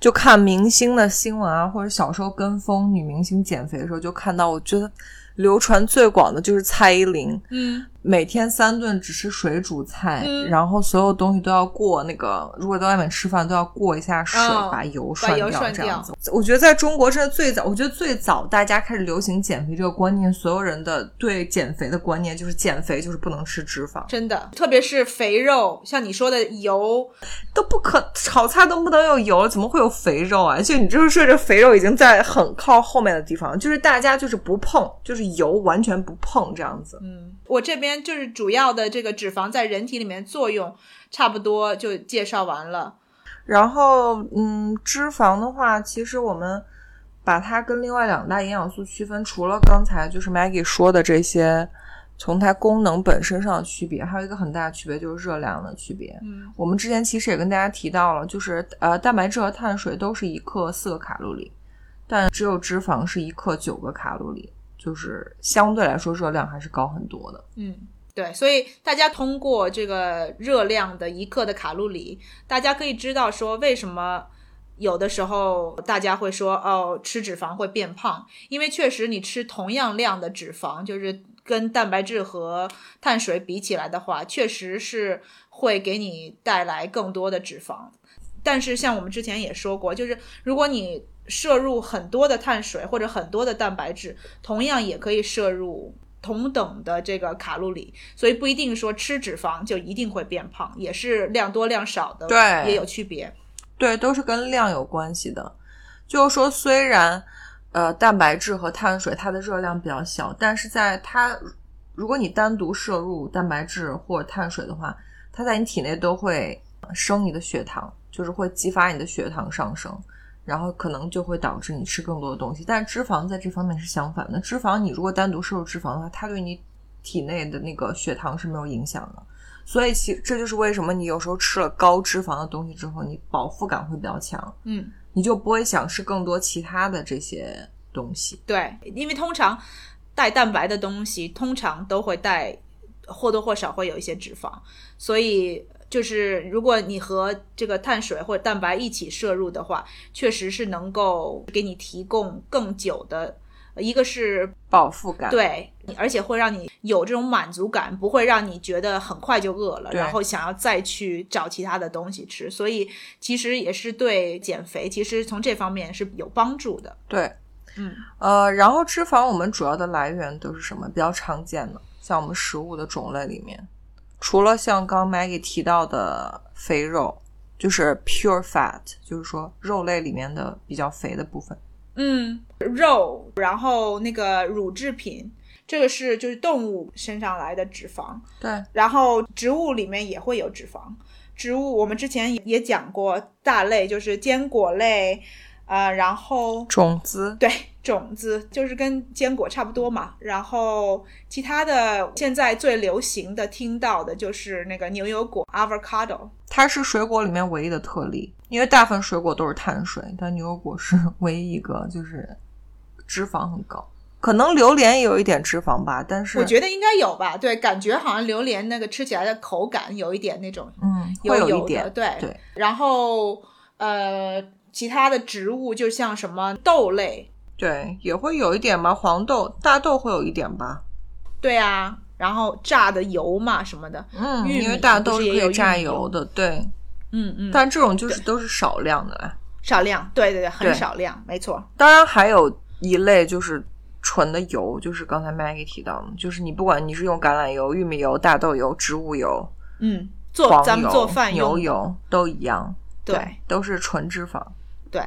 [SPEAKER 1] 就看明星的新闻啊，或者小时候跟风女明星减肥的时候，就看到我觉得流传最广的就是蔡依林，
[SPEAKER 2] 嗯，
[SPEAKER 1] 每天三顿只吃水煮菜，
[SPEAKER 2] 嗯
[SPEAKER 1] 然后所有东西都要过那个，如果在外面吃饭都要过一下水，
[SPEAKER 2] 哦
[SPEAKER 1] 把油涮
[SPEAKER 2] 把油涮
[SPEAKER 1] 这样子。我觉得在中国真的最早，我觉得最早大家开始流行减肥这个观念，所有人的对减肥的观念就是减肥就是不能吃脂肪，
[SPEAKER 2] 真的，特别是肥肉，像你说的油，
[SPEAKER 1] 都不可炒菜都不能有油，怎么会有肥肉啊？就你就是说这肥肉已经在很靠后面的地方，就是大家就是不碰，就是油完全不碰这样子。
[SPEAKER 2] 嗯，我这边就是主要的这个脂肪在人体里面作用，差不多就介绍完了。
[SPEAKER 1] 然后，嗯，脂肪的话，其实我们把它跟另外两大营养素区分，除了刚才就是 Maggie 说的这些，从它功能本身上的区别，还有一个很大的区别就是热量的区别。
[SPEAKER 2] 嗯
[SPEAKER 1] 我们之前其实也跟大家提到了，就是呃，蛋白质和碳水都是一克四个卡路里，但只有脂肪是一克九个卡路里，就是相对来说热量还是高很多的。
[SPEAKER 2] 嗯，对，所以大家通过这个热量的一克的卡路里，大家可以知道说为什么。有的时候大家会说哦，吃脂肪会变胖，因为确实你吃同样量的脂肪，就是跟蛋白质和碳水比起来的话，确实是会给你带来更多的脂肪。但是像我们之前也说过，就是如果你摄入很多的碳水或者很多的蛋白质，同样也可以摄入同等的这个卡路里，所以不一定说吃脂肪就一定会变胖，也是量多量少的，
[SPEAKER 1] 对
[SPEAKER 2] 也有区别。
[SPEAKER 1] 对，都是跟量有关系的。就是说，虽然呃蛋白质和碳水它的热量比较小，但是在它如果你单独摄入蛋白质或者碳水的话，它在你体内都会呃升你的血糖，就是会激发你的血糖上升，然后可能就会导致你吃更多的东西。但是脂肪在这方面是相反的，脂肪你如果单独摄入脂肪的话，它对你体内的那个血糖是没有影响的。所以其这就是为什么你有时候吃了高脂肪的东西之后，你饱腹感会比较强，
[SPEAKER 2] 嗯，
[SPEAKER 1] 你就不会想吃更多其他的这些东西。
[SPEAKER 2] 对，因为通常带蛋白的东西，通常都会带或多或少会有一些脂肪，所以就是如果你和这个碳水或者蛋白一起摄入的话，确实是能够给你提供更久的，一个是
[SPEAKER 1] 饱腹感，，
[SPEAKER 2] 对，而且会让你有这种满足感，不会让你觉得很快就饿了，
[SPEAKER 1] 对
[SPEAKER 2] 然后想要再去找其他的东西吃。所以其实也是对减肥，其实从这方面是有帮助的。
[SPEAKER 1] 对，
[SPEAKER 2] 嗯，
[SPEAKER 1] 呃，然后脂肪我们主要的来源都是什么？比较常见的，像我们食物的种类里面，除了像刚 Maggie 提到的肥肉，就是 pure fat，就是说肉类里面的比较肥的部分。
[SPEAKER 2] 嗯，肉，然后那个乳制品，这个是就是动物身上来的脂肪，
[SPEAKER 1] 对，
[SPEAKER 2] 然后植物里面也会有脂肪，植物，我们之前也也讲过大类，就是坚果类，呃，然后
[SPEAKER 1] 种子，
[SPEAKER 2] 对，种子就是跟坚果差不多嘛。然后其他的现在最流行的听到的就是那个牛油果 （avocado）。
[SPEAKER 1] 它是水果里面唯一的特例，因为大部分水果都是碳水，但牛油果是 唯一一个就是脂肪很高。可能榴莲也有一点脂肪吧，但是
[SPEAKER 2] 我觉得应该有吧，对，感觉好像榴莲那个吃起来的口感有一点那种
[SPEAKER 1] 嗯，
[SPEAKER 2] 有
[SPEAKER 1] 会
[SPEAKER 2] 有
[SPEAKER 1] 一点
[SPEAKER 2] 的，对
[SPEAKER 1] 对。
[SPEAKER 2] 然后呃，其他的植物就像什么豆类，
[SPEAKER 1] 对，也会有一点吧。黄豆、大豆会有一点吧。
[SPEAKER 2] 对啊，然后榨的油嘛什么的，
[SPEAKER 1] 嗯，
[SPEAKER 2] 玉
[SPEAKER 1] 因为
[SPEAKER 2] 米
[SPEAKER 1] 大
[SPEAKER 2] 不
[SPEAKER 1] 豆是
[SPEAKER 2] 是也
[SPEAKER 1] 可
[SPEAKER 2] 有
[SPEAKER 1] 以榨
[SPEAKER 2] 玉米
[SPEAKER 1] 油
[SPEAKER 2] 油
[SPEAKER 1] 的，对。
[SPEAKER 2] 嗯嗯，
[SPEAKER 1] 但这种就是都是少量的啦。
[SPEAKER 2] 少量，对对对，很
[SPEAKER 1] 对
[SPEAKER 2] 少量，没错。
[SPEAKER 1] 当然还有一类就是纯的油，就是刚才 Maggie 提到的，就是你不管你是用橄榄油、玉米油、大豆油、植物油、
[SPEAKER 2] 嗯，做
[SPEAKER 1] 黄
[SPEAKER 2] 咱们
[SPEAKER 1] 油
[SPEAKER 2] 做饭用
[SPEAKER 1] 牛
[SPEAKER 2] 的
[SPEAKER 1] 油都一样，
[SPEAKER 2] 对
[SPEAKER 1] 都是纯脂肪。
[SPEAKER 2] 对。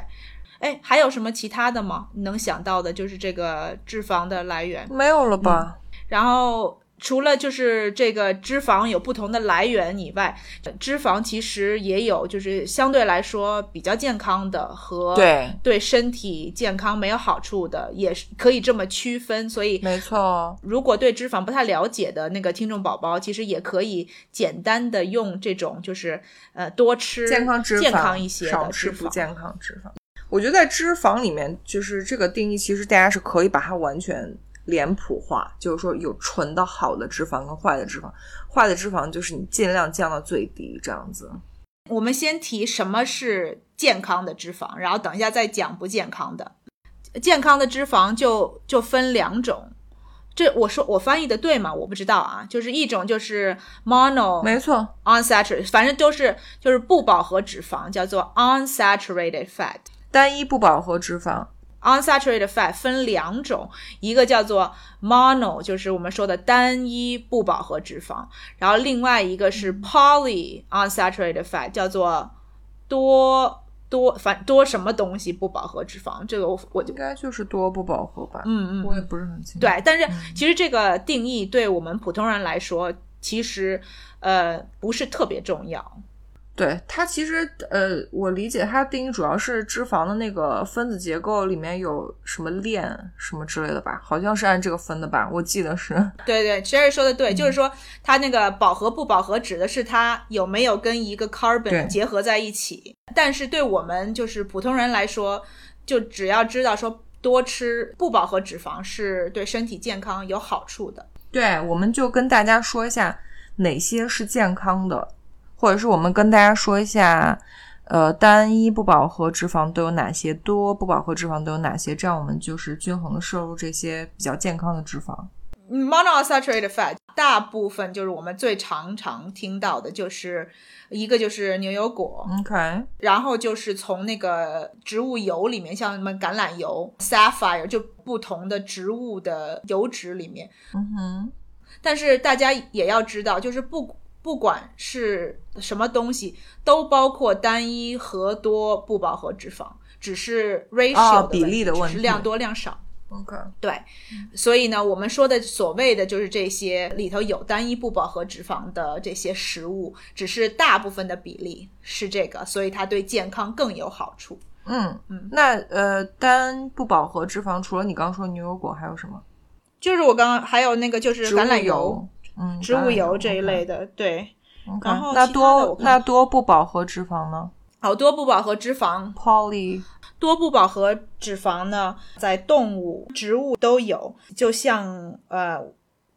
[SPEAKER 2] 哎，还有什么其他的吗？你能想到的就是这个脂肪的来源。
[SPEAKER 1] 没有了吧？
[SPEAKER 2] 然后除了就是这个脂肪有不同的来源以外，脂肪其实也有就是相对来说比较健康的和
[SPEAKER 1] 对，
[SPEAKER 2] 对身体健康没有好处的，也是可以这么区分。所以
[SPEAKER 1] 没错。哦
[SPEAKER 2] 如果对脂肪不太了解的那个听众宝宝，其实也可以简单的用这种就是呃多吃
[SPEAKER 1] 健康脂肪，
[SPEAKER 2] 健康一些
[SPEAKER 1] 少
[SPEAKER 2] 的
[SPEAKER 1] 吃
[SPEAKER 2] 脂
[SPEAKER 1] 不
[SPEAKER 2] 肪。
[SPEAKER 1] 健康脂肪。我觉得在脂肪里面，就是这个定义，其实大家是可以把它完全脸谱化，就是说有纯的好的脂肪跟坏的脂肪，坏的脂肪就是你尽量降到最低这样子。
[SPEAKER 2] 我们先提什么是健康的脂肪，然后等一下再讲不健康的。健康的脂肪就就分两种，这我说我翻译的对吗？我不知道啊，就是一种就是 mono
[SPEAKER 1] 没错，
[SPEAKER 2] unsaturated，反正都是就是不饱和脂肪，叫做 unsaturated fat。
[SPEAKER 1] 单一不饱和脂肪，
[SPEAKER 2] unsaturated fat 分两种，一个叫做 mono，就是我们说的单一不饱和脂肪，然后另外一个
[SPEAKER 1] 嗯
[SPEAKER 2] 是 poly unsaturated fat，叫做多多反多什么东西不饱和脂肪。这个我我就
[SPEAKER 1] 应该就是多不饱和吧。
[SPEAKER 2] 嗯嗯
[SPEAKER 1] 我也不是很清楚。
[SPEAKER 2] 对，但是其实这个定义对我们普通人来说，其实呃不是特别重要。
[SPEAKER 1] 对它其实呃，我理解它的定义主要是脂肪的那个分子结构里面有什么链什么之类的吧，好像是按这个分的吧，我记得是。
[SPEAKER 2] 对对，Sherry 说的对，就是说它那个饱和不饱和指的是它有没有跟一个
[SPEAKER 1] 对
[SPEAKER 2] carbon 结合在一起。但是对我们就是普通人来说，就只要知道说多吃不饱和脂肪是对身体健康有好处的。
[SPEAKER 1] 对，我们就跟大家说一下哪些是健康的，或者是我们跟大家说一下，呃，单一不饱和脂肪都有哪些，多不饱和脂肪都有哪些，这样我们就是均衡的摄入这些比较健康的脂肪。
[SPEAKER 2] Monounsaturated fat 大部分就是我们最常常听到的，就是一个就是牛油果，
[SPEAKER 1] OK，
[SPEAKER 2] 然后就是从那个植物油里面，像什么橄榄油、sapphire 就不同的植物的油脂里面。
[SPEAKER 1] 嗯哼，
[SPEAKER 2] 但是大家也要知道，就是不不管是什么东西，都包括单一和多不饱和脂肪，只是 ratio 的
[SPEAKER 1] 哦
[SPEAKER 2] 问
[SPEAKER 1] 比例的问
[SPEAKER 2] 只
[SPEAKER 1] 题
[SPEAKER 2] 是量多量少。
[SPEAKER 1] ，OK，
[SPEAKER 2] 对，
[SPEAKER 1] 嗯
[SPEAKER 2] 所以呢，我们说的所谓的就是这些里头有单一不饱和脂肪的这些食物，只是大部分的比例是这个，所以它对健康更有好处。
[SPEAKER 1] 嗯
[SPEAKER 2] 嗯
[SPEAKER 1] 那呃，单不饱和脂肪除了你刚说牛油果还有什么？
[SPEAKER 2] 就是我刚刚还有那个就是
[SPEAKER 1] 植
[SPEAKER 2] 橄
[SPEAKER 1] 物
[SPEAKER 2] 榄油、
[SPEAKER 1] 油，嗯，
[SPEAKER 2] 植
[SPEAKER 1] 橄
[SPEAKER 2] 物
[SPEAKER 1] 榄
[SPEAKER 2] 油这一
[SPEAKER 1] OK，
[SPEAKER 2] 类的，对，
[SPEAKER 1] OK。
[SPEAKER 2] 然后
[SPEAKER 1] 那
[SPEAKER 2] 其他的
[SPEAKER 1] 多
[SPEAKER 2] 我看
[SPEAKER 1] 那多不饱和脂肪呢
[SPEAKER 2] 好多不饱和脂肪，
[SPEAKER 1] ？Poly
[SPEAKER 2] 多不饱和脂肪呢，在动物、植物都有，就像呃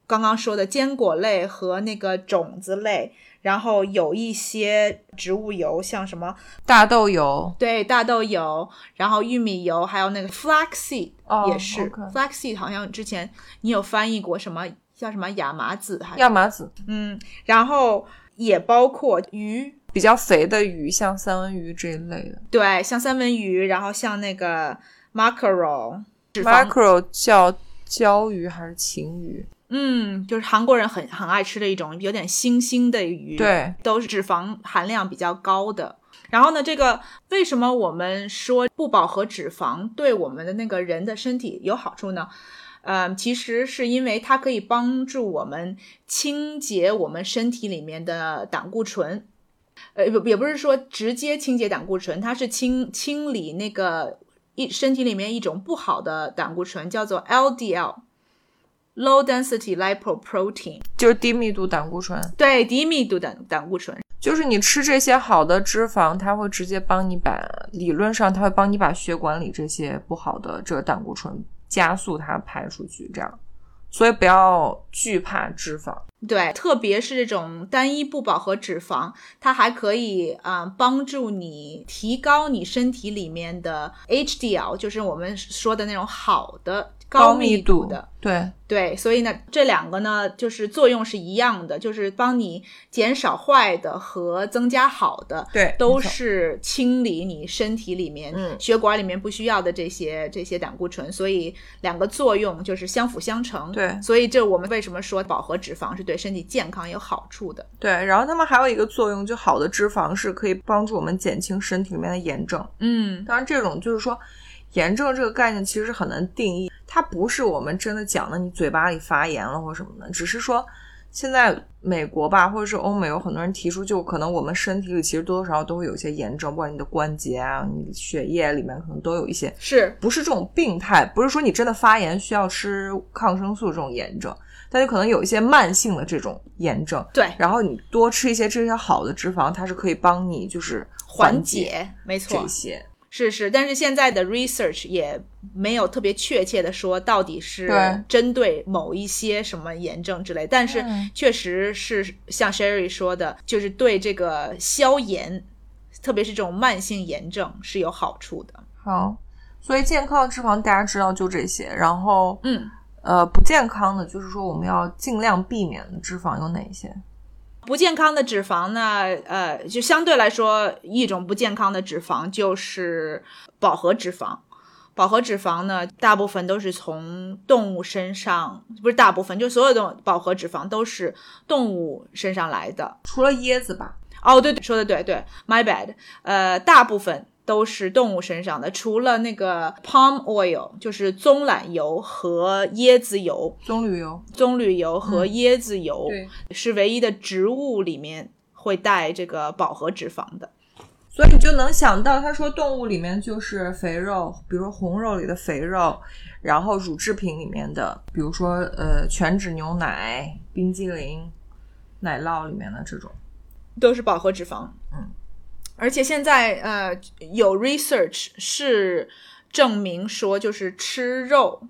[SPEAKER 2] 刚刚说的坚果类和那个种子类，然后有一些植物油，像什么
[SPEAKER 1] 大豆油，
[SPEAKER 2] 对大豆油，然后玉米油，还有那个 flaxseed
[SPEAKER 1] 哦
[SPEAKER 2] 也是、
[SPEAKER 1] OK
[SPEAKER 2] flaxseed 好像之前你有翻译过什么叫什么亚麻籽还
[SPEAKER 1] 亚麻籽。
[SPEAKER 2] 嗯，然后也包括鱼，
[SPEAKER 1] 比较肥的鱼，像三文鱼这一类的。
[SPEAKER 2] 对，像三文鱼，然后像那个 mackerel，脂肪
[SPEAKER 1] macro 叫鲛鱼还是鲭鱼？
[SPEAKER 2] 嗯，就是韩国人很很爱吃的一种有点腥腥的鱼，，
[SPEAKER 1] 对，
[SPEAKER 2] 都是脂肪含量比较高的。然后呢，这个为什么我们说不饱和脂肪对我们的那个人的身体有好处呢？嗯，其实是因为它可以帮助我们清洁我们身体里面的胆固醇，呃，不也不是说直接清洁胆固醇，它是清清理那个一身体里面一种不好的胆固醇，叫做 LDL（low density lipoprotein），
[SPEAKER 1] 就是低密度胆固醇，
[SPEAKER 2] 对，低密度胆胆固醇。
[SPEAKER 1] 就是你吃这些好的脂肪，它会直接帮你把理论上它会帮你把血管里这些不好的这个胆固醇加速它排出去，这样，所以不要惧怕脂肪。
[SPEAKER 2] 对，特别是这种单一不饱和脂肪，它还可以啊、呃帮助你提高你身体里面的 HDL，就是我们说的那种好的
[SPEAKER 1] 高
[SPEAKER 2] 密
[SPEAKER 1] 密度
[SPEAKER 2] 的。
[SPEAKER 1] 对，
[SPEAKER 2] 对，所以呢，这两个呢，就是作用是一样的，就是帮你减少坏的和增加好的，
[SPEAKER 1] 对
[SPEAKER 2] 都
[SPEAKER 1] 没错
[SPEAKER 2] 是清理你身体里面、
[SPEAKER 1] 嗯
[SPEAKER 2] 血管里面不需要的这些这些胆固醇，所以两个作用就是相辅相成。
[SPEAKER 1] 对
[SPEAKER 2] 所以这我们为什么说饱和脂肪是对身体健康有好处的？
[SPEAKER 1] 对。然后它们还有一个作用，就好的脂肪是可以帮助我们减轻身体里面的炎症。
[SPEAKER 2] 嗯，
[SPEAKER 1] 当然，这种就是说，炎症这个概念其实很难定义，它不是我们真的讲的你嘴巴里发炎了或什么的，只是说现在美国吧，或者是欧美有很多人提出，就可能我们身体里其实多多少少都会有一些炎症，不管你的关节啊，你血液里面可能都有一些，
[SPEAKER 2] 是
[SPEAKER 1] 不是这种病态，不是说你真的发炎需要吃抗生素这种炎症，但就可能有一些慢性的这种炎症。
[SPEAKER 2] 对，
[SPEAKER 1] 然后你多吃一些这些好的脂肪，它是可以帮你就是
[SPEAKER 2] 缓
[SPEAKER 1] 解
[SPEAKER 2] 解，没错，
[SPEAKER 1] 这些。
[SPEAKER 2] 是是，但是现在的 research 也没有特别确切的说到底是
[SPEAKER 1] 对
[SPEAKER 2] 针对某一些什么炎症之类，但是
[SPEAKER 1] 嗯
[SPEAKER 2] 确实是像 Sherry 说的，就是对这个消炎，特别是这种慢性炎症是有好处的。
[SPEAKER 1] 好，所以健康的脂肪大家知道就这些，然后
[SPEAKER 2] 嗯，
[SPEAKER 1] 呃不健康的就是说我们要尽量避免的脂肪有哪一些？
[SPEAKER 2] 不健康的脂肪呢，呃，就相对来说，一种不健康的脂肪就是饱和脂肪。饱和脂肪呢，大部分都是从动物身上，不是大部分，就所有的饱和脂肪都是动物身上来的。
[SPEAKER 1] 除了椰子吧，
[SPEAKER 2] 哦，对，对说的对，对，my bad，呃，大部分都是动物身上的，除了那个 palm oil，就是棕榄油和椰子油，
[SPEAKER 1] 棕榈油，
[SPEAKER 2] 棕榈油和
[SPEAKER 1] 嗯
[SPEAKER 2] 椰子油、
[SPEAKER 1] 对，
[SPEAKER 2] 是唯一的植物里面会带这个饱和脂肪的。
[SPEAKER 1] 所以你就能想到，他说动物里面就是肥肉，比如说红肉里的肥肉，然后乳制品里面的，比如说呃全脂牛奶、冰激凌、奶酪里面的这种。
[SPEAKER 2] 都是饱和脂肪。
[SPEAKER 1] 嗯，
[SPEAKER 2] 而且现在呃有 research 是证明说，就是吃肉，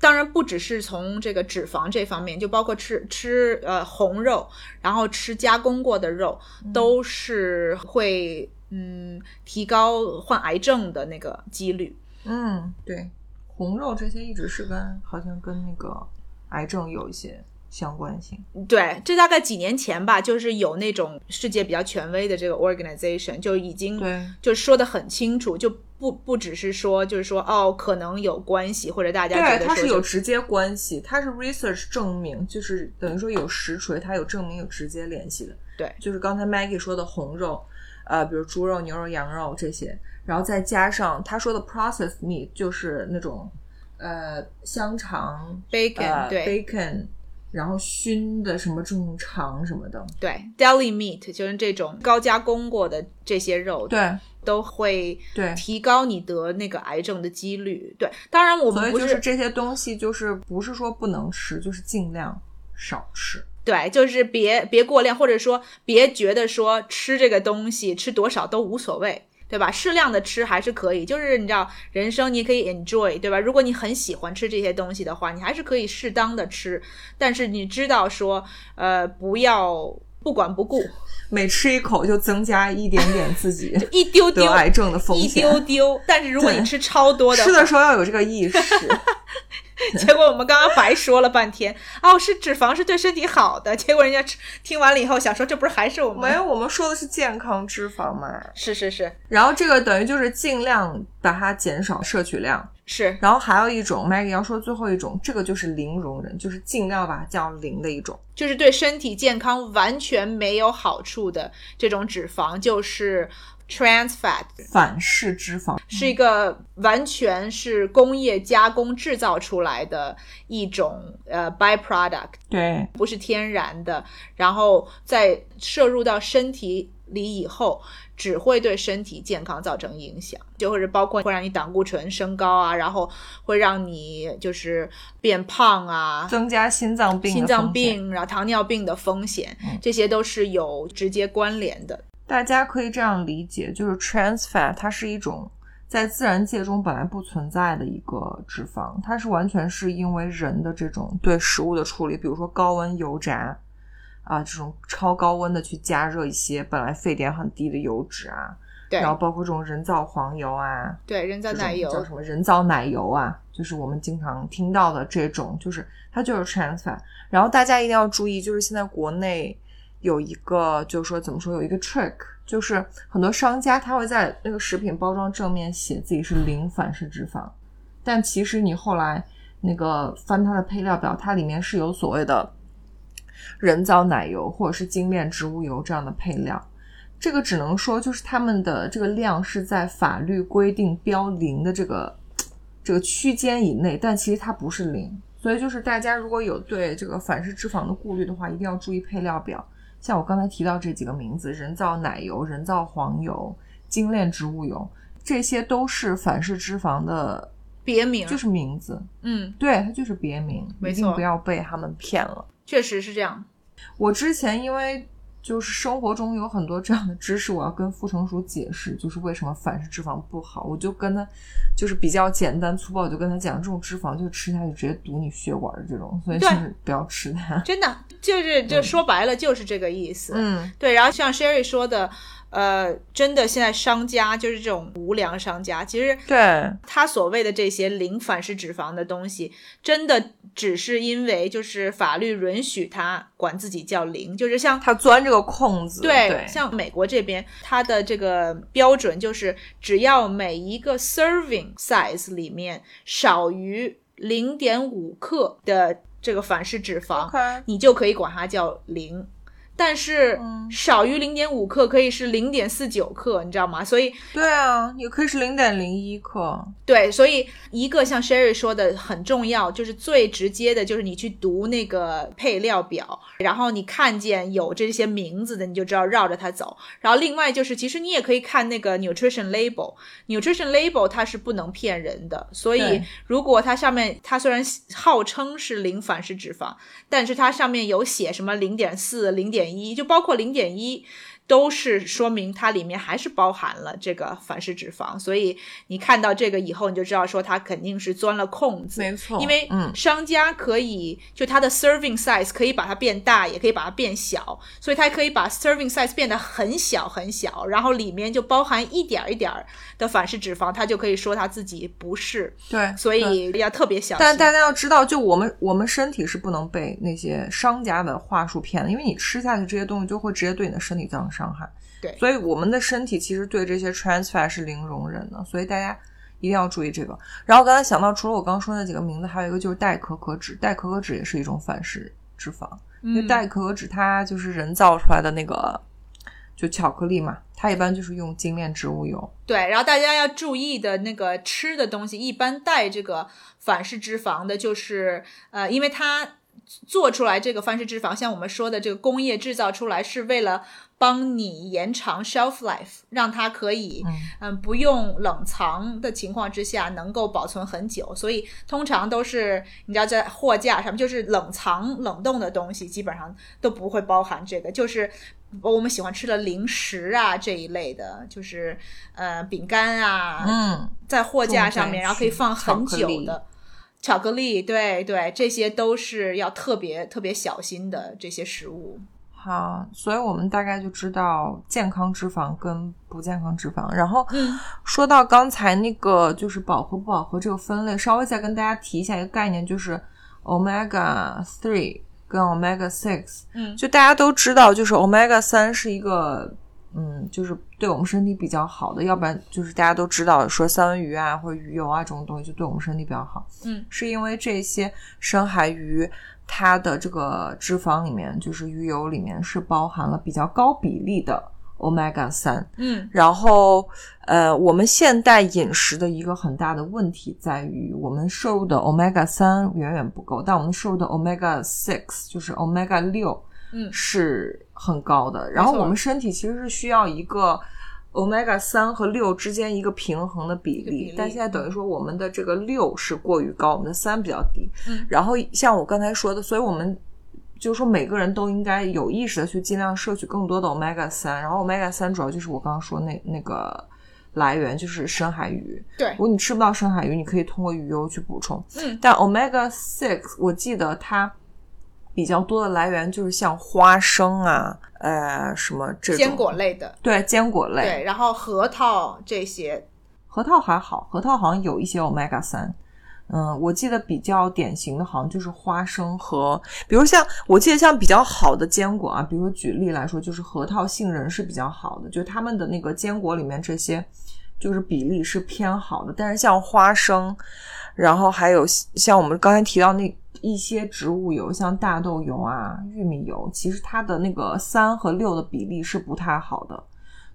[SPEAKER 2] 当然不只是从这个脂肪这方面，就包括吃吃呃红肉，然后吃加工过的肉，
[SPEAKER 1] 嗯
[SPEAKER 2] 都是会嗯提高患癌症的那个几率。
[SPEAKER 1] 嗯，对，红肉这些一直是跟好像跟那个癌症有一些相关性。
[SPEAKER 2] 对，这大概几年前吧，就是有那种世界比较权威的这个 organization 就已经
[SPEAKER 1] 对，
[SPEAKER 2] 就说的很清楚，就不不只是说就是说哦，可能有关系，或者大家
[SPEAKER 1] 对，
[SPEAKER 2] 觉得
[SPEAKER 1] 它
[SPEAKER 2] 说
[SPEAKER 1] 是有
[SPEAKER 2] 就
[SPEAKER 1] 直接关系，它是 research 证明，就是等于说有实锤，它有证明有直接联系的。
[SPEAKER 2] 对
[SPEAKER 1] 就是刚才 Maggie 说的红肉，呃，比如猪肉、牛肉、羊肉这些，然后再加上他说的 processed meat，就是那种呃香肠、
[SPEAKER 2] bacon、
[SPEAKER 1] 呃
[SPEAKER 2] 对
[SPEAKER 1] bacon，然后熏的什么这种肠什么的。
[SPEAKER 2] 对 deli meat 就是这种高加工过的这些肉，，
[SPEAKER 1] 对
[SPEAKER 2] 都会
[SPEAKER 1] 对，
[SPEAKER 2] 提高你得那个癌症的几率。对，当然我
[SPEAKER 1] 所
[SPEAKER 2] 们
[SPEAKER 1] 以
[SPEAKER 2] 不
[SPEAKER 1] 就是这些东西，就是不是说不能吃，就是尽量少吃。
[SPEAKER 2] 对，就是别别过量，或者说别觉得说吃这个东西吃多少都无所谓，对吧？适量的吃还是可以，就是你知道人生你可以 enjoy，对吧？如果你很喜欢吃这些东西的话，你还是可以适当的吃，但是你知道说，呃，不要不管不顾，
[SPEAKER 1] 每吃一口就增加一点点自己
[SPEAKER 2] 一 丢
[SPEAKER 1] 得
[SPEAKER 2] 丢。
[SPEAKER 1] 癌症的风
[SPEAKER 2] 一
[SPEAKER 1] 险。
[SPEAKER 2] 丢 丢，但是如果你
[SPEAKER 1] 对
[SPEAKER 2] 吃超多的话，
[SPEAKER 1] 吃的时候要有这个意 识，
[SPEAKER 2] 结果我们刚刚白说了半天，哦，是脂肪是对身体好的，结果人家吃听完了以后想说，这不是还是我们
[SPEAKER 1] 没有我们说的是健康脂肪嘛。
[SPEAKER 2] 是是是
[SPEAKER 1] 然后这个等于就是尽量把它减少摄取量。
[SPEAKER 2] 是，
[SPEAKER 1] 然后还有一种，Maggie 要说最后一种，这个就是零容忍，就是尽量把它降到零的一种。
[SPEAKER 2] 就是对身体健康完全没有好处的这种脂肪，就是 trans fat，
[SPEAKER 1] 反式脂肪
[SPEAKER 2] 是一个完全是工业加工制造出来的一种呃 byproduct，
[SPEAKER 1] 对
[SPEAKER 2] 不是天然的，然后再摄入到身体离以后，只会对身体健康造成影响，就或者包括会让你胆固醇升高啊，然后会让你就是变胖啊，
[SPEAKER 1] 增加心脏病、
[SPEAKER 2] 心脏。病，然后糖尿病的风险
[SPEAKER 1] 嗯，
[SPEAKER 2] 这些都是有直接关联的。
[SPEAKER 1] 大家可以这样理解，就是 trans fat 它是一种在自然界中本来不存在的一个脂肪，它是完全是因为人的这种对食物的处理，比如说高温油炸啊，这种超高温的去加热一些本来沸点很低的油脂啊，
[SPEAKER 2] 对
[SPEAKER 1] 然后包括这种人造黄油啊，
[SPEAKER 2] 对，人造
[SPEAKER 1] 这种
[SPEAKER 2] 奶油
[SPEAKER 1] 叫什么人造奶油啊，就是我们经常听到的这种，就是它就是 trans fat。然后大家一定要注意，就是现在国内有一个，就是说怎么说，有一个 trick，就是很多商家他会在那个食品包装正面写自己是零反式脂肪，但其实你后来那个翻它的配料表，它里面是有所谓的人造奶油或者是精炼植物油这样的配料。这个只能说就是他们的这个量是在法律规定标零的这个这个区间以内，但其实它不是零。所以就是大家如果有对这个反式脂肪的顾虑的话，一定要注意配料表。像我刚才提到这几个名字：人造奶油、人造黄油、精炼植物油，这些都是反式脂肪的，
[SPEAKER 2] 别名，
[SPEAKER 1] 就是名字。
[SPEAKER 2] 嗯，
[SPEAKER 1] 对，它就是别名，
[SPEAKER 2] 没
[SPEAKER 1] 一定
[SPEAKER 2] 错
[SPEAKER 1] 不要被他们骗了。
[SPEAKER 2] 确实是这样。
[SPEAKER 1] 我之前因为就是生活中有很多这样的知识，我要跟傅成熟解释，就是为什么反式脂肪不好。我就跟他就是比较简单粗暴，我就跟他讲，这种脂肪就吃下去直接堵你血管的这种，所以就
[SPEAKER 2] 对
[SPEAKER 1] 是不要吃 它。
[SPEAKER 2] 真的就是就说白了就是这个意思。
[SPEAKER 1] 嗯，
[SPEAKER 2] 对，然后像 Sherry 说的，呃，真的现在商家就是这种无良商家，其实
[SPEAKER 1] 对，
[SPEAKER 2] 他所谓的这些零反式脂肪的东西，真的只是因为就是法律允许他管自己叫零，就是像
[SPEAKER 1] 他钻这个空子。对，
[SPEAKER 2] 像美国这边，它的这个标准就是，只要每一个 serving size 里面少于零点五克的这个反式脂肪
[SPEAKER 1] OK
[SPEAKER 2] 你就可以管它叫零。但是
[SPEAKER 1] 嗯
[SPEAKER 2] 少于零点五克可以是零点四九克，你知道吗？所以
[SPEAKER 1] 对啊，也可以是零点零一克。
[SPEAKER 2] 对，所以一个像 Sherry 说的很重要，就是最直接的，就是你去读那个配料表，然后你看见有这些名字的，你就知道绕着它走。然后另外就是，其实你也可以看那个 nutrition label，nutrition label 它是不能骗人的，所以
[SPEAKER 1] 对
[SPEAKER 2] 如果它上面它虽然号称是零反式脂肪，但是它上面有写什么零点四、零点一，就包括零点一。都是说明它里面还是包含了这个反式脂肪，所以你看到这个以后，你就知道说它肯定是钻了空子。
[SPEAKER 1] 错
[SPEAKER 2] 因为
[SPEAKER 1] 嗯，
[SPEAKER 2] 商家可以、就它的 serving size 可以把它变大，也可以把它变小，所以它可以把 serving size 变得很小很小，然后里面就包含一点儿一点儿的反式脂肪，它就可以说它自己不是，
[SPEAKER 1] 对，
[SPEAKER 2] 所
[SPEAKER 1] 对
[SPEAKER 2] 以要特别小
[SPEAKER 1] 嗯
[SPEAKER 2] 心。
[SPEAKER 1] 但大家要知道，就我们我们身体是不能被那些商家的话术骗的，因为你吃下去这些东西就会直接对你的身体造成伤害。
[SPEAKER 2] 对
[SPEAKER 1] 所以我们的身体其实对这些 trans fat 是零容忍的，所以大家一定要注意这个。然后刚才想到，除了我刚刚说那几个名字，还有一个就是代可可脂，代可可脂也是一种反式脂肪，因为
[SPEAKER 2] 嗯
[SPEAKER 1] 代可可脂它就是人造出来的那个就巧克力嘛，它一般就是用精炼植物油。
[SPEAKER 2] 对，然后大家要注意的那个吃的东西，一般带这个反式脂肪的，就是呃，因为它做出来这个反式脂肪，像我们说的这个工业制造出来，是为了帮你延长 shelf life，让它可以
[SPEAKER 1] 嗯
[SPEAKER 2] 嗯不用冷藏的情况之下能够保存很久，所以通常都是你知道在货架上面就是冷藏冷冻的东西，基本上都不会包含这个，就是我们喜欢吃的零食啊这一类的，就是呃饼干啊，
[SPEAKER 1] 嗯，
[SPEAKER 2] 在货架上面，
[SPEAKER 1] 重灾区
[SPEAKER 2] 然后可以放很
[SPEAKER 1] 巧克
[SPEAKER 2] 久
[SPEAKER 1] 力
[SPEAKER 2] 的巧克力，对对，这些都是要特别特别小心的这些食物。
[SPEAKER 1] 好，所以我们大概就知道健康脂肪跟不健康脂肪。然后
[SPEAKER 2] 嗯
[SPEAKER 1] 说到刚才那个就是饱和不饱和这个分类，稍微再跟大家提一下一个概念，就是 omega three 跟 omega six。
[SPEAKER 2] 嗯，
[SPEAKER 1] 就大家都知道，就是 omega 三是一个，嗯，就是对我们身体比较好的，要不然就是大家都知道说三文鱼啊或者鱼油啊这种东西就对我们身体比较好。
[SPEAKER 2] 嗯，
[SPEAKER 1] 是因为这些深海鱼它的这个脂肪里面，就是鱼油里面是包含了比较高比例的 omega 三。
[SPEAKER 2] 嗯
[SPEAKER 1] 然后，呃，我们现代饮食的一个很大的问题在于，我们摄入的 omega 三远远不够，但我们摄入的 omega six 就是 omega 六
[SPEAKER 2] 嗯
[SPEAKER 1] 是很高的。然后我们身体其实是需要一个 omega 三和六之间一个平衡的比
[SPEAKER 2] 一个比
[SPEAKER 1] 例
[SPEAKER 2] 例，
[SPEAKER 1] 但现在等于说我们的这个六是过于高，我们的三比较低。
[SPEAKER 2] 嗯
[SPEAKER 1] 然后像我刚才说的，所以我们。就是说，每个人都应该有意识的去尽量摄取更多的 omega 三，然后 omega 三主要就是我刚刚说那那个来源，就是深海鱼。
[SPEAKER 2] 对
[SPEAKER 1] 如，果你吃不到深海鱼，你可以通过鱼油去补充。
[SPEAKER 2] 嗯
[SPEAKER 1] 但 omega six 我记得它比较多的来源就是像花生啊，呃，什么这种
[SPEAKER 2] 坚果类的，
[SPEAKER 1] 对坚果类，
[SPEAKER 2] 对，然后核桃这些，
[SPEAKER 1] 核桃还好，核桃好像有一些 omega 三。嗯，我记得比较典型的，好像就是花生和，比如像我记得像比较好的坚果啊，比如说举例来说，就是核桃、杏仁是比较好的，就他们的那个坚果里面这些，就是比例是偏好的。但是像花生，然后还有像我们刚才提到那一些植物油，像大豆油啊、玉米油，其实它的那个三和六的比例是不太好的。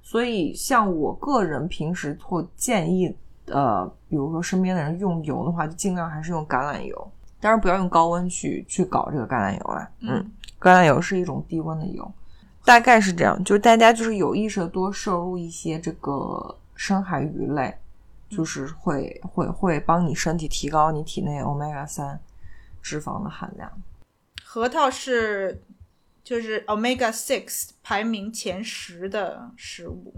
[SPEAKER 1] 所以，像我个人平时会建议，呃，比如说身边的人用油的话，就尽量还是用橄榄油，当然不要用高温去去搞这个橄榄油啦。嗯，橄榄油是一种低温的油，大概是这样。就是大家就是有意识的多摄入一些这个深海鱼类，就是会会会帮你身体提高你体内 omega 三脂肪的含量。
[SPEAKER 2] 核桃是就是 omega six 排名前十的食物，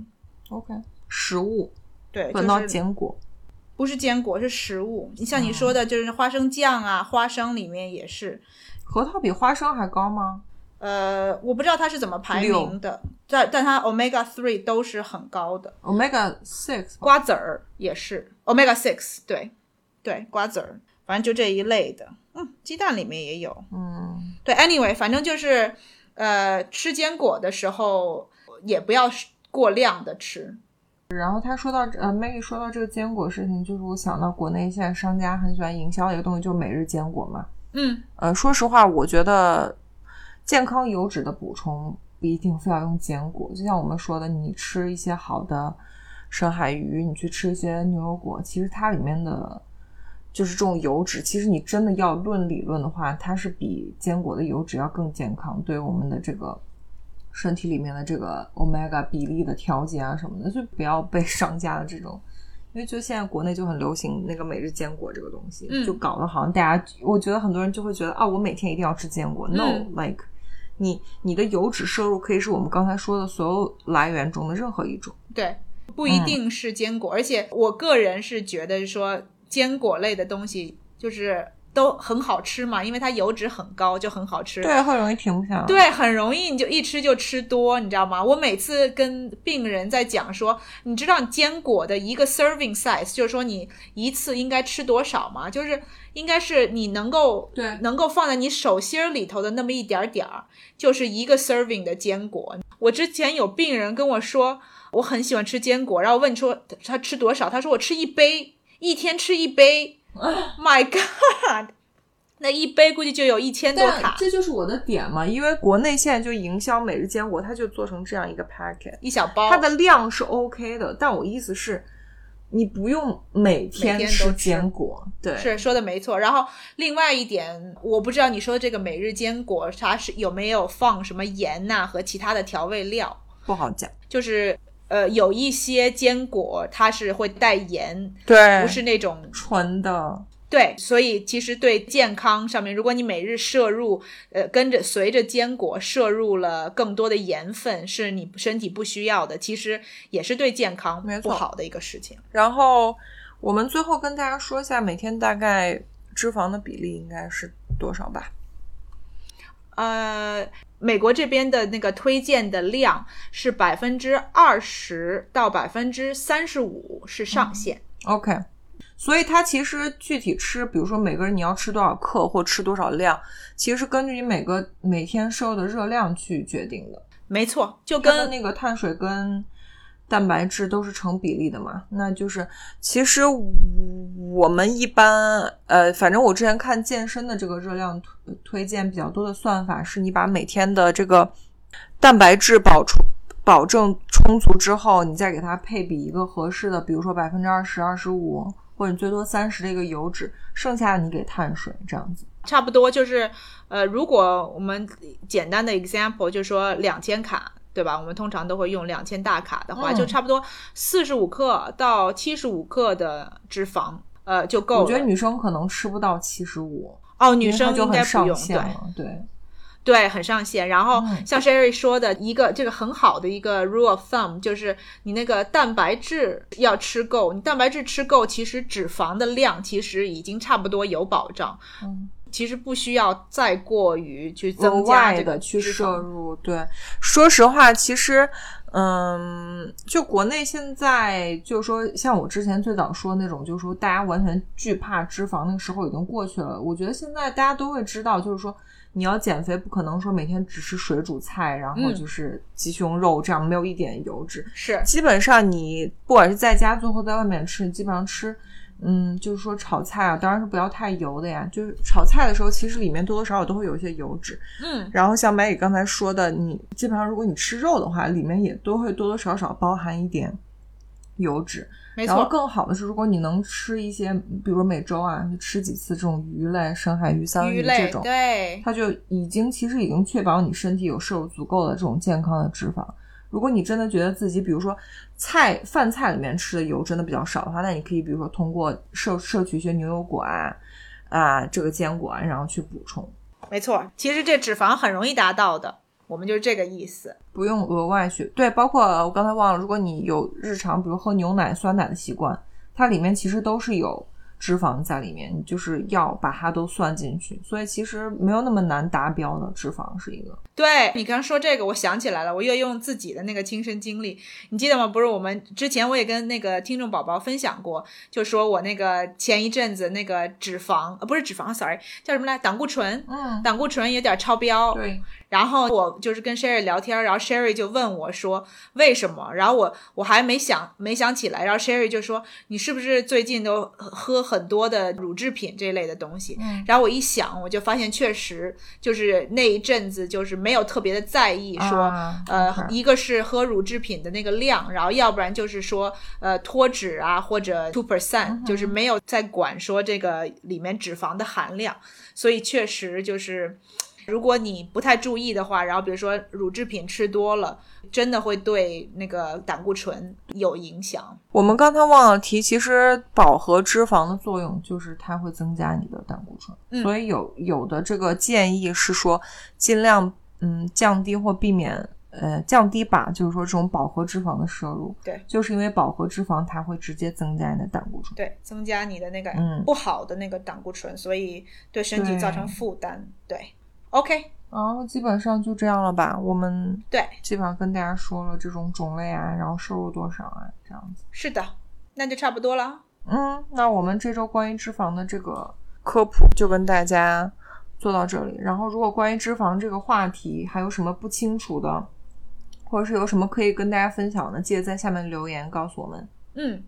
[SPEAKER 1] OK，食物
[SPEAKER 2] 对，
[SPEAKER 1] 不到哦
[SPEAKER 2] 就是
[SPEAKER 1] 坚果，
[SPEAKER 2] 不是坚果是食物。你像你说的，就是花生酱啊，花生里面也是。
[SPEAKER 1] 核桃比花生还高吗？
[SPEAKER 2] 呃，我不知道它是怎么排
[SPEAKER 1] 六
[SPEAKER 2] 名的，但但它 omega three 都是很高的。
[SPEAKER 1] omega six
[SPEAKER 2] 瓜子儿也是 omega six，对对，瓜子儿，反正就这一类的。嗯，鸡蛋里面也有。
[SPEAKER 1] 嗯
[SPEAKER 2] 对，anyway，反正就是呃，吃坚果的时候也不要过量的吃。，
[SPEAKER 1] 然后他说到这呃，Maggie 说到这个坚果事情，就是我想到国内现在商家很喜欢营销的一个东西，就是每日坚果嘛。
[SPEAKER 2] 嗯，
[SPEAKER 1] 呃，说实话，我觉得健康油脂的补充不一定非要用坚果，就像我们说的，你吃一些好的深海鱼，你去吃一些牛油果，其实它里面的就是这种油脂，其实你真的要论理论的话，它是比坚果的油脂要更健康，对我们的这个。身体里面的这个 omega 比例的调节啊什么的，就不要被 商家的这种，因为就现在国内就很流行那个每日坚果这个东西，
[SPEAKER 2] 嗯
[SPEAKER 1] 就搞得好像大家，我觉得很多人就会觉得啊，我每天一定要吃坚果。No，like，你你的油脂摄入可以是我们刚才说的所有来源中的任何一种。
[SPEAKER 2] 对，不一
[SPEAKER 1] 嗯
[SPEAKER 2] 定是坚果，而且我个人是觉得说坚果类的东西就是都很好吃嘛，因为它油脂很高，就很好吃。
[SPEAKER 1] 对，会容易停不下来。
[SPEAKER 2] 对，很容易你就一吃就吃多，你知道吗？我每次跟病人在讲说，你知道坚果的一个 serving size，就是说你一次应该吃多少吗？就是应该是你能够
[SPEAKER 1] 对
[SPEAKER 2] 能够放在你手心儿里头的那么一点儿点儿，就是一个 serving 的坚果。我之前有病人跟我说，我很喜欢吃坚果，然后问说他吃多少，他说我吃一杯，一天吃一 杯。My God，那一杯估计就有一千多卡
[SPEAKER 1] 但。这就是我的点嘛，因为国内现在就营销每日坚果，它就做成这样一个 packet，
[SPEAKER 2] 一小包，
[SPEAKER 1] 它的量是 OK 的，但我意思是，你不用每天
[SPEAKER 2] 每天都吃
[SPEAKER 1] 坚果，对，
[SPEAKER 2] 是说的没错。然后另外一点，我不知道你说这个每日坚果它是有没有放什么盐呐、和其他的调味料，
[SPEAKER 1] 不好讲，
[SPEAKER 2] 就是呃有一些坚果它是会带盐，
[SPEAKER 1] 对
[SPEAKER 2] 不是那种
[SPEAKER 1] 纯的，
[SPEAKER 2] 对，所以其实对健康上面，如果你每日摄入，呃，跟着随着坚果摄入了更多的盐分，是你身体不需要的，其实也是对健康
[SPEAKER 1] 没
[SPEAKER 2] 不
[SPEAKER 1] 错
[SPEAKER 2] 好的一个事情。
[SPEAKER 1] 然后我们最后跟大家说一下，每天大概脂肪的比例应该是多少吧？
[SPEAKER 2] 呃，美国这边的那个推荐的量是百分之二十到百分之三十五是上限。
[SPEAKER 1] OK，所以它其实具体吃，比如说每个人你要吃多少克或吃多少量，其实是根据你每个每天摄入的热量去决定的。
[SPEAKER 2] 没错，就
[SPEAKER 1] 它的
[SPEAKER 2] 跟
[SPEAKER 1] 那个碳水跟蛋白质都是成比例的嘛，那就是其实我们一般呃，反正我之前看健身的这个热量推推荐比较多的算法是，你把每天的这个蛋白质保充保证充足之后，你再给它配比一个合适的，比如说百分之二十、二十五，或者你最多三十的一个油脂，剩下的你给碳水这样子。
[SPEAKER 2] 差不多就是，呃，如果我们简单的 example 就是说两千卡，对吧？我们通常都会用两千大卡的话，
[SPEAKER 1] 嗯
[SPEAKER 2] 就差不多四十五克到七十五克的脂肪，呃，就够了。
[SPEAKER 1] 我觉得女生可能吃不到七十五，
[SPEAKER 2] 哦，女
[SPEAKER 1] 因为它
[SPEAKER 2] 生
[SPEAKER 1] 就
[SPEAKER 2] 应该
[SPEAKER 1] 很
[SPEAKER 2] 不
[SPEAKER 1] 上
[SPEAKER 2] 用，
[SPEAKER 1] 限
[SPEAKER 2] 对
[SPEAKER 1] 了。对，
[SPEAKER 2] 对，很上线。然后
[SPEAKER 1] 嗯
[SPEAKER 2] 像 Sherry 说的，一个这个很好的一个 rule of thumb 就是你那个蛋白质要吃够，你蛋白质吃够，其实脂肪的量其实已经差不多有保障。
[SPEAKER 1] 嗯，
[SPEAKER 2] 其实不需要再过于去
[SPEAKER 1] 额
[SPEAKER 2] 增加
[SPEAKER 1] 外
[SPEAKER 2] 这个
[SPEAKER 1] 的去
[SPEAKER 2] 脂
[SPEAKER 1] 摄
[SPEAKER 2] 肪。
[SPEAKER 1] 入。对，说实话，其实，嗯，就国内现在，就是说，像我之前最早说那种，就是说大家完全惧怕脂肪，那个时候已经过去了。我觉得现在大家都会知道，就是说。你要减肥，不可能说每天只吃水煮菜，然后
[SPEAKER 2] 嗯
[SPEAKER 1] 就是鸡胸肉这样，没有一点油脂。
[SPEAKER 2] 是，
[SPEAKER 1] 基本上你不管是在家做或在外面吃，你基本上吃，嗯，就是说炒菜啊，当然是不要太油的呀。就是炒菜的时候，其实里面多多少少都会有一些油脂。
[SPEAKER 2] 嗯，
[SPEAKER 1] 然后像梅雨刚才说的，你基本上如果你吃肉的话，里面也都会多多少少包含一点油脂。
[SPEAKER 2] 没
[SPEAKER 1] 然后
[SPEAKER 2] 错，
[SPEAKER 1] 更好的是，如果你能吃一些，比如每周啊你吃几次这种鱼类、深海鱼、三文
[SPEAKER 2] 鱼
[SPEAKER 1] 鱼
[SPEAKER 2] 类
[SPEAKER 1] 这种，
[SPEAKER 2] 对，
[SPEAKER 1] 它就已经其实已经确保你身体有摄入足够的这种健康的脂肪。如果你真的觉得自己，比如说菜饭菜里面吃的油真的比较少的话，那你可以比如说通过摄摄取一些牛油果啊啊这个坚果啊，然后去补充，
[SPEAKER 2] 没错。其实这脂肪很容易达到的，我们就是这个意思。
[SPEAKER 1] 不用额外去对。包括我刚才忘了，如果你有日常比如喝牛奶、酸奶的习惯，它里面其实都是有脂肪在里面，你就是要把它都算进去。所以其实没有那么难达标的，脂肪是一个。
[SPEAKER 2] 对你刚说这个，我想起来了，我又用自己的那个亲身经历，你记得吗？不是我们之前我也跟那个听众宝宝分享过，就说我那个前一阵子那个脂肪，呃，不是脂肪，sorry，叫什么来？胆固醇，
[SPEAKER 1] 嗯，
[SPEAKER 2] 胆固醇有点超标。
[SPEAKER 1] 对。
[SPEAKER 2] 然后我就是跟 Sherry 聊天，然后 Sherry 就问我说为什么？然后我我还没想没想起来，然后 Sherry 就说你是不是最近都喝很多的乳制品这类的东西？
[SPEAKER 1] 嗯
[SPEAKER 2] 然后我一想，我就发现确实就是那一阵子就是没有特别的在意说。
[SPEAKER 1] 啊
[SPEAKER 2] 呃，
[SPEAKER 1] OK
[SPEAKER 2] 一个是喝乳制品的那个量，然后要不然就是说，呃，脱脂啊，或者 two
[SPEAKER 1] 嗯
[SPEAKER 2] percent，、就是没有在管说这个里面脂肪的含量，所以确实就是，如果你不太注意的话，然后比如说乳制品吃多了，真的会对那个胆固醇有影响。
[SPEAKER 1] 我们刚才忘了提，其实饱和脂肪的作用就是它会增加你的胆固醇，
[SPEAKER 2] 嗯
[SPEAKER 1] 所以有有的这个建议是说，尽量嗯降低或避免呃降低吧，就是说这种饱和脂肪的摄入。
[SPEAKER 2] 对，
[SPEAKER 1] 就是因为饱和脂肪它会直接增加你的胆固醇。
[SPEAKER 2] 对，增加你的那个
[SPEAKER 1] 嗯
[SPEAKER 2] 不好的那个胆固醇，所以对身体
[SPEAKER 1] 对
[SPEAKER 2] 造成负担。对，OK，
[SPEAKER 1] 然哦后基本上就这样了吧，我们
[SPEAKER 2] 对，
[SPEAKER 1] 基本上跟大家说了这种种类啊，然后摄入多少啊，这样子。
[SPEAKER 2] 是的，那就差不多了。
[SPEAKER 1] 嗯，那我们这周关于脂肪的这个科普就跟大家做到这里。然后，如果关于脂肪这个话题还有什么不清楚的，或者是有什么可以跟大家分享的，记得在下面留言告诉我们。
[SPEAKER 2] 嗯，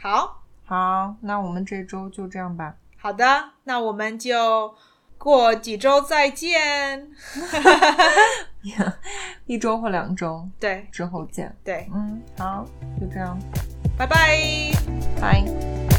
[SPEAKER 2] 好，
[SPEAKER 1] 好，那我们这周就这样吧。
[SPEAKER 2] 好的，那我们就过几周再见。
[SPEAKER 1] 一周或两周
[SPEAKER 2] 对
[SPEAKER 1] 之后见。
[SPEAKER 2] 对，
[SPEAKER 1] 嗯，好，就这样，
[SPEAKER 2] 拜拜。
[SPEAKER 1] 拜。